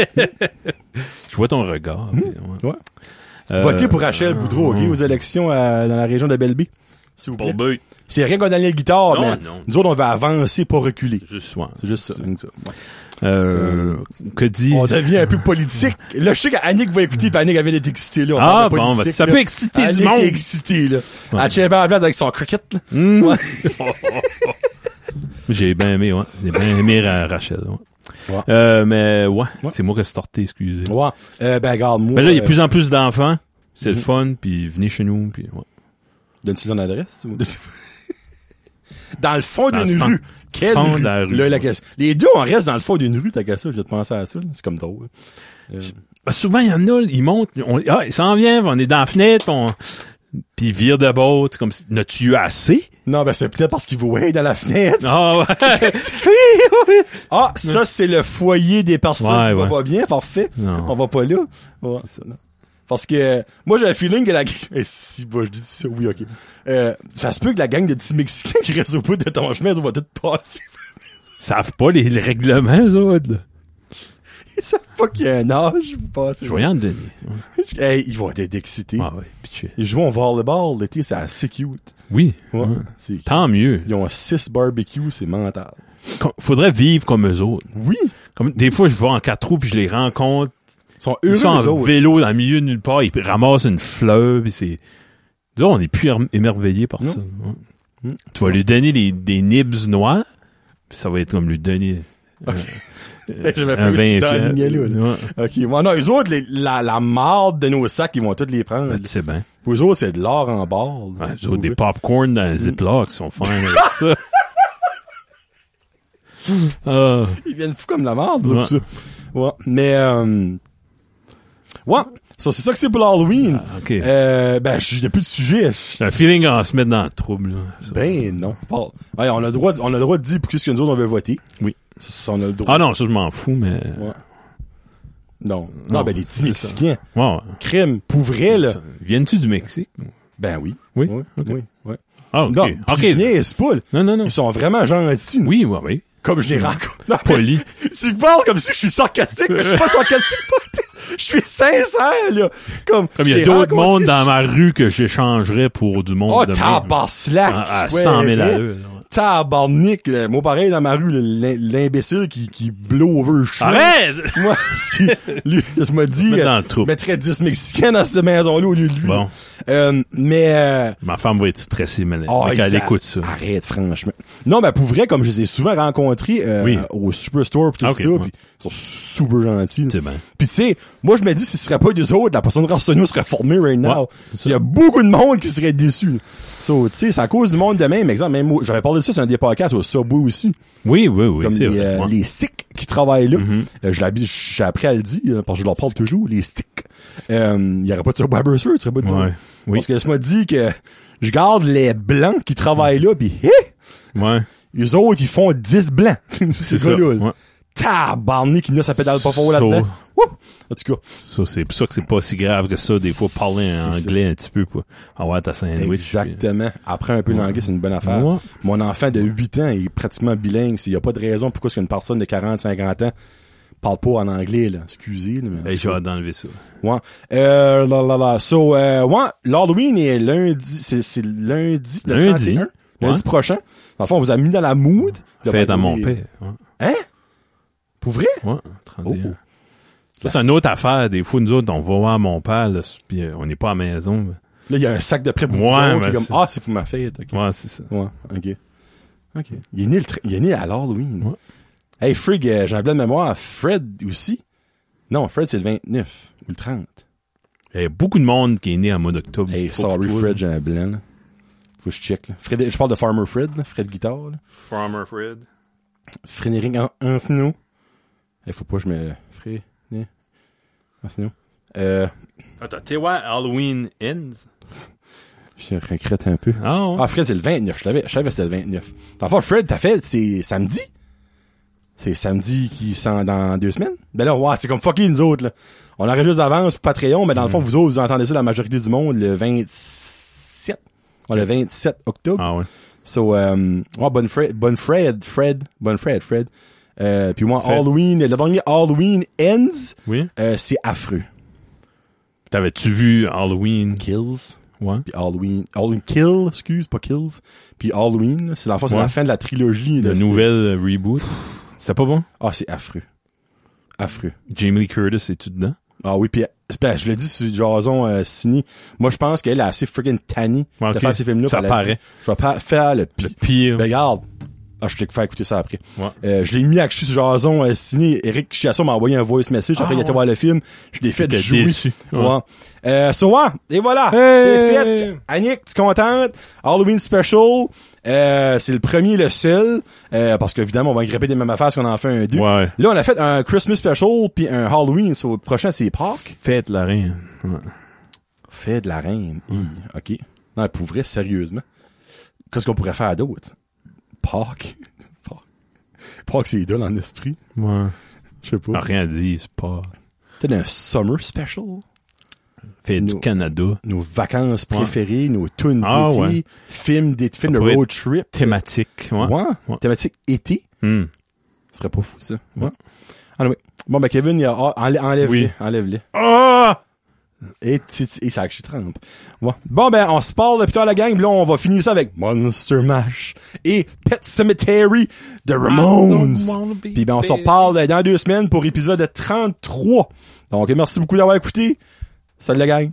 [SPEAKER 2] Je vois ton regard. puis, ouais.
[SPEAKER 1] Hmm. Ouais.
[SPEAKER 2] Euh, hmm.
[SPEAKER 1] Votez pour Rachel Boudreau, OK, aux élections à- dans la région de Belleville. S'il vous plaît. Oh,
[SPEAKER 2] Pour Beuh.
[SPEAKER 1] C'est rien qu'on Daniel Guitard,
[SPEAKER 2] Non,
[SPEAKER 1] mais
[SPEAKER 2] non.
[SPEAKER 1] nous autres, on va avancer, pas reculer.
[SPEAKER 2] Juste, ouais.
[SPEAKER 1] C'est juste ça. rien que ça.
[SPEAKER 2] Euh, que dit...
[SPEAKER 1] On devient un peu politique. Là, je sais qu'Annick va écouter, puis Annick, elle vient d'être excitée, là. On
[SPEAKER 2] Ah,
[SPEAKER 1] parle de
[SPEAKER 2] bon,
[SPEAKER 1] politique,
[SPEAKER 2] ben, ça
[SPEAKER 1] là.
[SPEAKER 2] peut exciter du
[SPEAKER 1] Annick
[SPEAKER 2] monde.
[SPEAKER 1] est excitée, là.
[SPEAKER 2] Ouais.
[SPEAKER 1] Elle tient bien en place avec son cricket, là.
[SPEAKER 2] Hmm.
[SPEAKER 1] Ouais.
[SPEAKER 2] J'ai bien aimé, ouais. J'ai bien aimé Ra- Rachel, ouais.
[SPEAKER 1] Ouais.
[SPEAKER 2] Euh, mais ouais,
[SPEAKER 1] Ouais.
[SPEAKER 2] c'est moi qui ai starté, excusez.
[SPEAKER 1] Ouais. Euh, ben, regarde, moi.
[SPEAKER 2] Mais là, il y a
[SPEAKER 1] euh,
[SPEAKER 2] de plus en plus d'enfants. C'est
[SPEAKER 1] Mm-hmm.
[SPEAKER 2] le fun, puis venez chez nous, puis ouais.
[SPEAKER 1] Donne-tu ton adresse? ou- dans le fond
[SPEAKER 2] Dans
[SPEAKER 1] d'une
[SPEAKER 2] le fond-
[SPEAKER 1] rue. Quelle
[SPEAKER 2] fond
[SPEAKER 1] rue?
[SPEAKER 2] de la rue.
[SPEAKER 1] Là, la question- Les deux, on reste dans le fond d'une rue, t'as qu'à ça. Je vais te penser à ça. là. C'est comme drôle.
[SPEAKER 2] Bah, souvent, il y en a, ils montent, on, ah, ils s'en viennent, on est dans la fenêtre, on, puis ils virent de bord, c'est comme si, n'as-tu eu assez?
[SPEAKER 1] Non, ben, c'est peut-être parce qu'il voit dans la fenêtre.
[SPEAKER 2] Ah, ouais.
[SPEAKER 1] Ah, ça, c'est le foyer des personnes
[SPEAKER 2] Ouais,
[SPEAKER 1] qui vont
[SPEAKER 2] ouais.
[SPEAKER 1] pas bien. Parfait.
[SPEAKER 2] Non.
[SPEAKER 1] On va pas là. Ouais. Non. Parce que, euh, moi, j'ai un feeling que la, Eh, si, bah, je dis ça, oui, ok. Euh, ça se peut que la gang de petits Mexicains qui restent au bout de ton chemin, on va tout passer.
[SPEAKER 2] savent pas les, les règlements, ça, là.
[SPEAKER 1] Ils savent pas qu'il y a un âge, vous passez.
[SPEAKER 2] Je vais y en donner.
[SPEAKER 1] Hey, ils vont être excités.
[SPEAKER 2] Ah, ouais, pitché.
[SPEAKER 1] Ils jouent au volleyball l'été, c'est assez cute.
[SPEAKER 2] Oui.
[SPEAKER 1] Ouais,
[SPEAKER 2] ouais.
[SPEAKER 1] c'est-
[SPEAKER 2] Tant mieux.
[SPEAKER 1] Ils ont six barbecues, c'est mental.
[SPEAKER 2] Com- Faudrait vivre comme eux autres.
[SPEAKER 1] Oui,
[SPEAKER 2] Comme, des fois, je vais en quatre roues, puis je les rencontre,
[SPEAKER 1] ils sont
[SPEAKER 2] Ils
[SPEAKER 1] heureux.
[SPEAKER 2] sont
[SPEAKER 1] eux
[SPEAKER 2] en
[SPEAKER 1] autres.
[SPEAKER 2] vélo dans le milieu de nulle part, ils ramassent une fleur, puis c'est... Disons, on est plus émer- émerveillé par
[SPEAKER 1] Non.
[SPEAKER 2] ça. ouais. Tu vas lui donner les- des nibs noirs, puis ça va être comme lui donner euh,
[SPEAKER 1] J'avais pas
[SPEAKER 2] un
[SPEAKER 1] eu
[SPEAKER 2] vin
[SPEAKER 1] le temps
[SPEAKER 2] fier.
[SPEAKER 1] d'aligner là, là.
[SPEAKER 2] Ouais.
[SPEAKER 1] Ok, ouais, non, eux autres, les- la, la marde de nos sacs, ils vont tous les prendre.
[SPEAKER 2] Ben, tu sais bien.
[SPEAKER 1] Pour eux autres, c'est de l'or en barre. là.
[SPEAKER 2] Ouais, tu vois, des popcorn
[SPEAKER 1] Mm.
[SPEAKER 2] dans les Ziploc qui sont fins avec ça. Ah,
[SPEAKER 1] Ils viennent fous comme la marde. là,
[SPEAKER 2] Ouais.
[SPEAKER 1] tout ça. Ouais, mais... euh, Ouais, ça, c'est ça que c'est pour l'Halloween.
[SPEAKER 2] Ah, ok.
[SPEAKER 1] Euh, ben, je- y a plus de sujet.
[SPEAKER 2] J'ai un feeling qu'on va se mettre dans le trouble. là. Ça.
[SPEAKER 1] Ben non. Bon. Ouais, on a le droit, de- on a le droit de dire pour qu'est-ce que nous autres on veut voter.
[SPEAKER 2] Oui.
[SPEAKER 1] Ça, ça, on a le droit.
[SPEAKER 2] Ah non, ça, je m'en fous, mais...
[SPEAKER 1] Ouais. Non. non.
[SPEAKER 2] Non,
[SPEAKER 1] ben les petits
[SPEAKER 2] c'est
[SPEAKER 1] Mexicains.
[SPEAKER 2] Ouais, ouais.
[SPEAKER 1] Crime, pour vrai, là.
[SPEAKER 2] Ça- Viens-tu du Mexique?
[SPEAKER 1] Ben oui.
[SPEAKER 2] Oui?
[SPEAKER 1] Oui.
[SPEAKER 2] Ok.
[SPEAKER 1] oui, oui.
[SPEAKER 2] Ah, OK.
[SPEAKER 1] Non,
[SPEAKER 2] OK.
[SPEAKER 1] pis ils niaisent pas, là.
[SPEAKER 2] Non, non, non.
[SPEAKER 1] Ils sont vraiment gentils. nous.
[SPEAKER 2] Oui, oui, oui.
[SPEAKER 1] Comme je les rencontre. Non, mais
[SPEAKER 2] Poli.
[SPEAKER 1] Tu parles comme si je suis sarcastique, mais je suis pas sarcastique. pas- Je suis sincère, là. Comme,
[SPEAKER 2] Comme il y a d'autres mondes dans ma rue que j'échangerais pour du monde
[SPEAKER 1] Oh,
[SPEAKER 2] de même. Ah,
[SPEAKER 1] tabarnak! hein?
[SPEAKER 2] À- à 100 000 à eux, là.
[SPEAKER 1] Tabarnak, là. Moi, pareil, dans ma rue, là, l'im- l'imbécile qui, qui blow over le chien.
[SPEAKER 2] Arrête!
[SPEAKER 1] Moi, ce qui, lui, ça m'a dit,
[SPEAKER 2] Mettre dans
[SPEAKER 1] euh,
[SPEAKER 2] le trou.
[SPEAKER 1] mettrait 10 Mexicains dans cette maison-là au lieu de lui.
[SPEAKER 2] Bon.
[SPEAKER 1] Euh, mais, euh,
[SPEAKER 2] Ma femme va être stressée, mais,
[SPEAKER 1] Ah,
[SPEAKER 2] mais qu'elle
[SPEAKER 1] exact.
[SPEAKER 2] écoute ça.
[SPEAKER 1] Arrête, franchement. Non, mais pour vrai, comme je les ai souvent rencontrés euh,
[SPEAKER 2] Oui.
[SPEAKER 1] au Superstore pis tout
[SPEAKER 2] Ah, ok,
[SPEAKER 1] ça,
[SPEAKER 2] ouais.
[SPEAKER 1] pis ils sont super gentils.
[SPEAKER 2] C'est bien.
[SPEAKER 1] Puis tu sais, moi je me dis, si ce serait pas des autres, la personne de Arsenault serait formée right now.
[SPEAKER 2] Ouais,
[SPEAKER 1] Il y a beaucoup de monde qui serait déçu. So, tu sais, c'est à cause du monde de même. Exemple, même, au- j'avais parlé de ça sur un des podcasts au Subway aussi
[SPEAKER 2] Oui, oui, oui,
[SPEAKER 1] comme
[SPEAKER 2] c'est
[SPEAKER 1] les,
[SPEAKER 2] vrai.
[SPEAKER 1] euh,
[SPEAKER 2] ouais. Mm-hmm.
[SPEAKER 1] les sticks qui travaillent là. Euh, je l'habille, j'ai appris à le dire, hein, parce que je leur parle toujours, les sticks. Euh, Il y aurait pas de ça au Barbersford, tu serais pas de ça.
[SPEAKER 2] Ouais, oui.
[SPEAKER 1] Parce que je m'a dit que je garde les blancs qui travaillent là, pis hé!
[SPEAKER 2] Ouais.
[SPEAKER 1] Les autres, ils font 10 blancs.
[SPEAKER 2] C'est
[SPEAKER 1] C'est
[SPEAKER 2] ça.
[SPEAKER 1] ça, là.
[SPEAKER 2] ouais.
[SPEAKER 1] Tabarnak, il n'a sa pédale pas fort
[SPEAKER 2] So-
[SPEAKER 1] là-dedans. Wouh! En tout cas,
[SPEAKER 2] Ça, c'est pour ça que c'est pas si grave que ça, des fois, parler en
[SPEAKER 1] C'est ça.
[SPEAKER 2] anglais un petit peu pour avoir ta sandwich. puis-
[SPEAKER 1] exactement. Après un peu l'anglais, c'est une bonne affaire.
[SPEAKER 2] Ouais.
[SPEAKER 1] Mon enfant de 8 ans est pratiquement bilingue. Il n'y a pas de raison pourquoi est-ce qu'une personne de 40, 50 ans parle pas en anglais, là. Excusez, là, mais en
[SPEAKER 2] euh, Hey,
[SPEAKER 1] tout
[SPEAKER 2] j'ai
[SPEAKER 1] cas.
[SPEAKER 2] hâte d'enlever ça.
[SPEAKER 1] Ouais. Euh, là, là, là. So, euh, ouais, l'Halloween est lundi, c'est, c'est lundi, le
[SPEAKER 2] Lundi.
[SPEAKER 1] 31, lundi
[SPEAKER 2] Ouais.
[SPEAKER 1] prochain. Dans le fond, on vous a mis dans la mood. de
[SPEAKER 2] Fête à
[SPEAKER 1] Halloween.
[SPEAKER 2] mon père. Ouais.
[SPEAKER 1] Hein? Pour vrai?
[SPEAKER 2] Ouais, 31.
[SPEAKER 1] Oh.
[SPEAKER 2] Ça, c'est une autre affaire. Des fois, nous autres, on va voir mon père, là, puis euh, on n'est pas à la maison.
[SPEAKER 1] Là, il y a un sac de prêt pour
[SPEAKER 2] Ouais,
[SPEAKER 1] vous autres,
[SPEAKER 2] mais
[SPEAKER 1] puis comme,
[SPEAKER 2] c'est-
[SPEAKER 1] ah, c'est pour ma fête, ok.
[SPEAKER 2] Ouais, c'est ça.
[SPEAKER 1] Ouais, ok. Ok. Il est né le, tr- il est né à l'Halloween.
[SPEAKER 2] Ouais.
[SPEAKER 1] Hey, Frig, euh, j'ai un blanc de mémoire. Fred aussi? Non, Fred, c'est le 29 ou le 30.
[SPEAKER 2] Il y a beaucoup de monde qui est né en mois d'octobre.
[SPEAKER 1] Hey,
[SPEAKER 2] Faut que
[SPEAKER 1] sorry,
[SPEAKER 2] toi-
[SPEAKER 1] Fred, j'ai un blanc, là. Faut que je check. là. Fred, je parle de Farmer Fred, là, Fred Guitar. Là.
[SPEAKER 2] Farmer Fred.
[SPEAKER 1] Frénéring en, en fnou. Il Eh, faut pas que je me... Fré... né- En fnou. Euh,
[SPEAKER 2] Attends, tu sais quoi? Halloween Ends?
[SPEAKER 1] je regrette un peu.
[SPEAKER 2] Ah, ouais.
[SPEAKER 1] Ah, Fred, c'est le 29. Je l'avais, je savais que c'était le 29. Dans le fond, Fred, t'as fait, c'est samedi? C'est samedi qui sent dans deux semaines? Ben là, ouais, c'est comme fucking nous autres, là. On enregistre d'avance pour Patreon, mais dans le fond, vous autres, vous entendez ça la majorité du monde le 27. Ouais, le 27 octobre.
[SPEAKER 2] Ah, ouais.
[SPEAKER 1] So, euh, ouais, bonne Fred, bonne Fred, Fred, bonne Fred, Fred. Euh, puis moi,
[SPEAKER 2] Fred.
[SPEAKER 1] Halloween, le dernier Halloween ends,
[SPEAKER 2] Oui.
[SPEAKER 1] euh, c'est affreux.
[SPEAKER 2] T'avais-tu vu Halloween?
[SPEAKER 1] Kills.
[SPEAKER 2] Ouais.
[SPEAKER 1] Puis Halloween, Halloween Kill, excuse, pas Kills. Puis Halloween, là, c'est dans le fond, c'est
[SPEAKER 2] Ouais.
[SPEAKER 1] la fin de la trilogie. là.
[SPEAKER 2] Le
[SPEAKER 1] C'est-
[SPEAKER 2] nouvel euh, reboot. C'était pas bon?
[SPEAKER 1] Ah, c'est affreux. Affreux.
[SPEAKER 2] Jamie Lee Curtis, es-tu dedans?
[SPEAKER 1] Ah oui, puis ben, je l'ai dit sur Jason euh, Cini. Moi, je pense qu'elle est assez friggin' tanny
[SPEAKER 2] Ouais,
[SPEAKER 1] de
[SPEAKER 2] ok.
[SPEAKER 1] faire ces films-là.
[SPEAKER 2] Ça
[SPEAKER 1] puis elle a
[SPEAKER 2] paraît.
[SPEAKER 1] dit, Je vais pas faire le pire.
[SPEAKER 2] Le pire.
[SPEAKER 1] Ben, regarde. Ah, je t'ai fait écouter ça après.
[SPEAKER 2] Ouais.
[SPEAKER 1] Euh, je l'ai mis à que je suis sur Jason euh, Cini. Eric Chiasson m'a envoyé un voice message. après,
[SPEAKER 2] Ah,
[SPEAKER 1] il était
[SPEAKER 2] ouais.
[SPEAKER 1] voir le film. Je l'ai fait
[SPEAKER 2] T'étais
[SPEAKER 1] jouer.
[SPEAKER 2] déçu.
[SPEAKER 1] Ouais.
[SPEAKER 2] Ouais.
[SPEAKER 1] Euh, so, ouais. Et voilà.
[SPEAKER 2] Hey!
[SPEAKER 1] C'est fait. Annick, tu es contente? Halloween Special. Euh, c'est le premier, le seul. Euh, parce qu'évidemment, on va grimper des mêmes affaires si on en fait un deux.
[SPEAKER 2] Ouais.
[SPEAKER 1] Là, on a fait un Christmas special puis un Halloween. So, le prochain, c'est Pâques.
[SPEAKER 2] Fête la reine. Ouais.
[SPEAKER 1] Fait de la reine. Hi, Hmm, OK. Non, pour vrai, sérieusement. Qu'est-ce qu'on pourrait faire d'autre? Pâques. Pâques. Pâques, c'est idole en esprit.
[SPEAKER 2] ouais.
[SPEAKER 1] Je sais pas.
[SPEAKER 2] Ah, rien à dire, c'est pas.
[SPEAKER 1] Peut-être un summer special.
[SPEAKER 2] Fête
[SPEAKER 1] No.
[SPEAKER 2] du Canada.
[SPEAKER 1] Nos vacances préférées, nos tunes
[SPEAKER 2] Ah,
[SPEAKER 1] d'été,
[SPEAKER 2] ouais.
[SPEAKER 1] films, d'été, films de
[SPEAKER 2] pourrait
[SPEAKER 1] road trip.
[SPEAKER 2] Thématique. Ouais.
[SPEAKER 1] Ouais.
[SPEAKER 2] Ouais.
[SPEAKER 1] Thématique été.
[SPEAKER 2] Hmm.
[SPEAKER 1] Ce serait pas fou, ça. Ouais. Anyway. Bon, ben, Kevin, il y a... ah, enlè- enlève-les.
[SPEAKER 2] Oui.
[SPEAKER 1] Enlève-les.
[SPEAKER 2] Ah!
[SPEAKER 1] Et, tu- tu- et ça, je suis trempe. Ouais. Bon, ben, on se parle plus tard, la gang. Puis là, on va finir ça avec Monster Mash et Pet Cemetery de Ramones.
[SPEAKER 2] I don't wanna be
[SPEAKER 1] Puis ben, on se
[SPEAKER 2] big.
[SPEAKER 1] reparle euh, dans deux semaines pour épisode 33. Donc, merci beaucoup d'avoir écouté. Salut, la gang.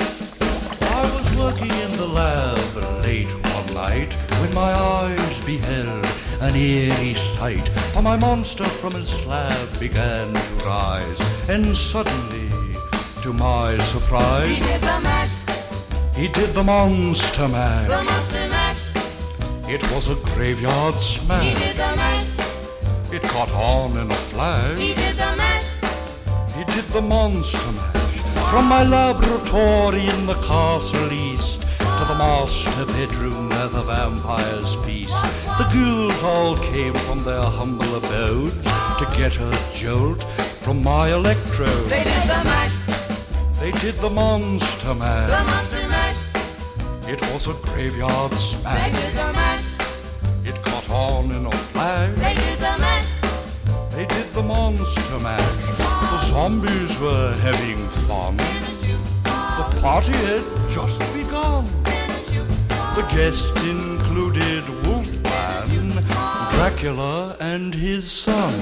[SPEAKER 3] I was working in the lab late one night when my eyes beheld an eerie sight. For my monster from his slab began to rise, and suddenly, to my
[SPEAKER 4] He
[SPEAKER 3] surprise,
[SPEAKER 4] did the mash,
[SPEAKER 3] he did the monster
[SPEAKER 4] the
[SPEAKER 3] man.
[SPEAKER 4] monster mash.
[SPEAKER 3] It was a graveyard
[SPEAKER 4] He
[SPEAKER 3] smash.
[SPEAKER 4] did the mash,
[SPEAKER 3] It caught on in a
[SPEAKER 4] he
[SPEAKER 3] flash.
[SPEAKER 4] did the mash.
[SPEAKER 3] He did the monster mash. From my laboratory in the castle east to the master bedroom where the vampires feast. The ghouls all came from their humble abodes to get a jolt from my electrode.
[SPEAKER 4] They did the mash,
[SPEAKER 3] They did the monster
[SPEAKER 4] the
[SPEAKER 3] mash.
[SPEAKER 4] monster mash.
[SPEAKER 3] It was a graveyard
[SPEAKER 4] They
[SPEAKER 3] smash.
[SPEAKER 4] did the mash,
[SPEAKER 3] It caught on in a flash.
[SPEAKER 4] they did the mash.
[SPEAKER 3] They did the monster mash. The zombies were having fun.
[SPEAKER 4] In a shoe
[SPEAKER 3] The
[SPEAKER 4] ball,
[SPEAKER 3] party had just begun.
[SPEAKER 4] in a shoe
[SPEAKER 3] The
[SPEAKER 4] ball.
[SPEAKER 3] guests included Wolfman, Dracula, and his son.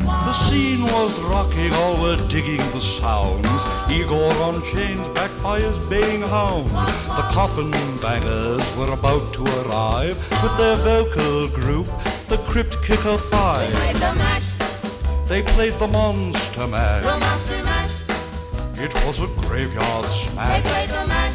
[SPEAKER 3] The scene was rocking, all were digging the sounds. Igor on chains, backed by his baying hounds. The coffin bangers were about to arrive with their vocal group, the Crypt Kicker Five.
[SPEAKER 4] Played the mash,
[SPEAKER 3] They played the Monster
[SPEAKER 4] the
[SPEAKER 3] Mash.
[SPEAKER 4] monster mash.
[SPEAKER 3] It was a graveyard
[SPEAKER 4] They
[SPEAKER 3] smash.
[SPEAKER 4] played the mash,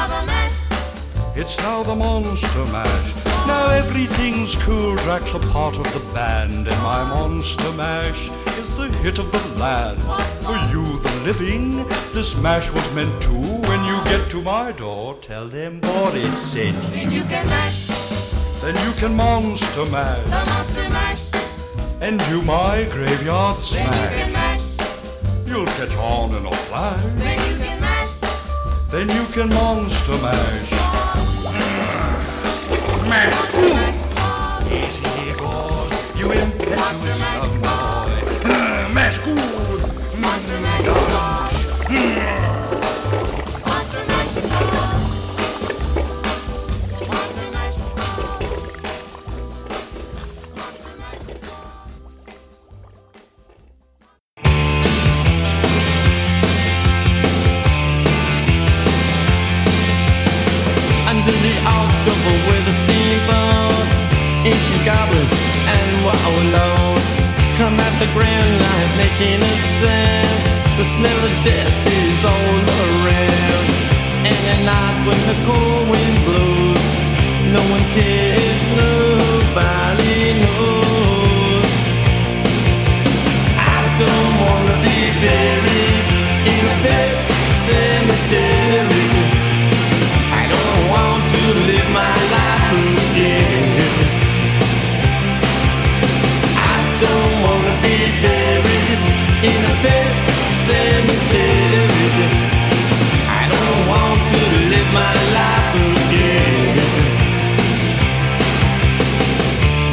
[SPEAKER 4] the mash.
[SPEAKER 3] It's now the Monster Mash. Now everything's cool. Drax a part of the band, and my Monster Mash is the hit of the land. For you, the living, this mash was meant to. When you get to my door, tell them Boris sent you.
[SPEAKER 4] And you can mash,
[SPEAKER 3] Then you can Monster Mash,
[SPEAKER 4] the monster mash.
[SPEAKER 3] and do my graveyard
[SPEAKER 4] Then you can
[SPEAKER 3] smash.
[SPEAKER 4] mash,
[SPEAKER 3] You'll catch on in a flash.
[SPEAKER 4] then you can mash.
[SPEAKER 3] Then you can Monster Mash. smash, boom! Easy, Igor, you impetuous young boy. Mm, Mash, good!
[SPEAKER 4] Monster Mash Club. Monster Mash Club. Monster Mash Club.
[SPEAKER 5] under the October with the steamboats, ancient goblins and wallows. Come at the grand light making a sound. The smell of death is all around. And at night when the cold wind blows, no one cares, nobody knows. I don't wanna be buried in a pet cemetery. I don't want to live my life again. I don't wanna be buried in a pet cemetery. I don't want to live my life again.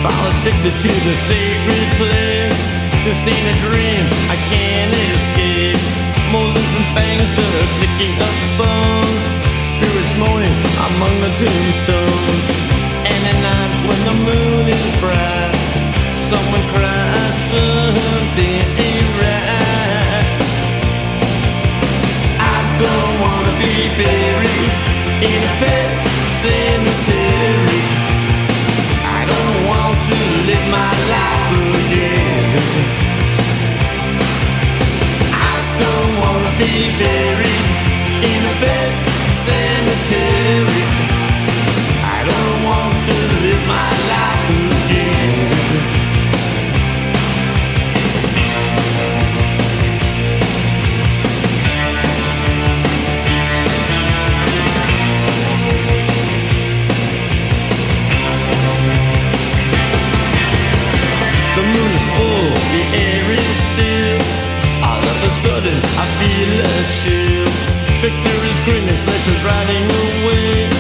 [SPEAKER 5] Fall addicted to the sacred place. This ain't a dream, I can't escape. Molars and fangs, the clicking of bones. Spirits moaning among the tombstones. And at night when the moon is bright, someone cries something ain't right. I don't wanna be buried in a pet cemetery. I don't want to live my life again. I don't wanna be buried in a bed cemetery. I don't want to live my life again. The moon is full, the air is still. All of a sudden, I feel a chill. Victor is grinning, flesh is riding away.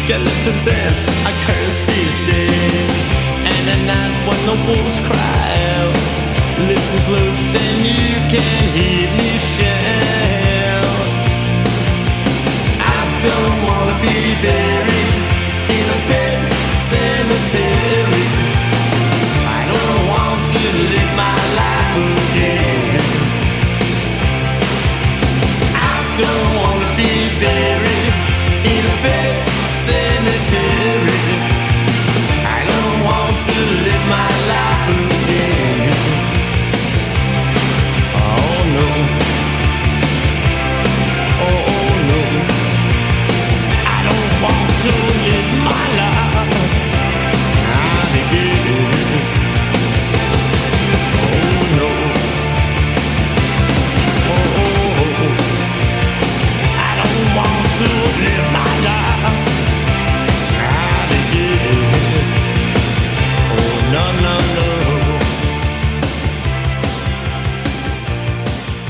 [SPEAKER 5] Skeleton dance, I curse these days. And at night when the wolves cry out, listen close and you can hear me shout. I don't wanna be buried in a bed cemetery. I don't want to live my life again. I don't wanna be buried in a big cemetery. I don't want to live my life again. Oh no. Oh, oh no. I don't want to live my life. Not again. Oh, Oh,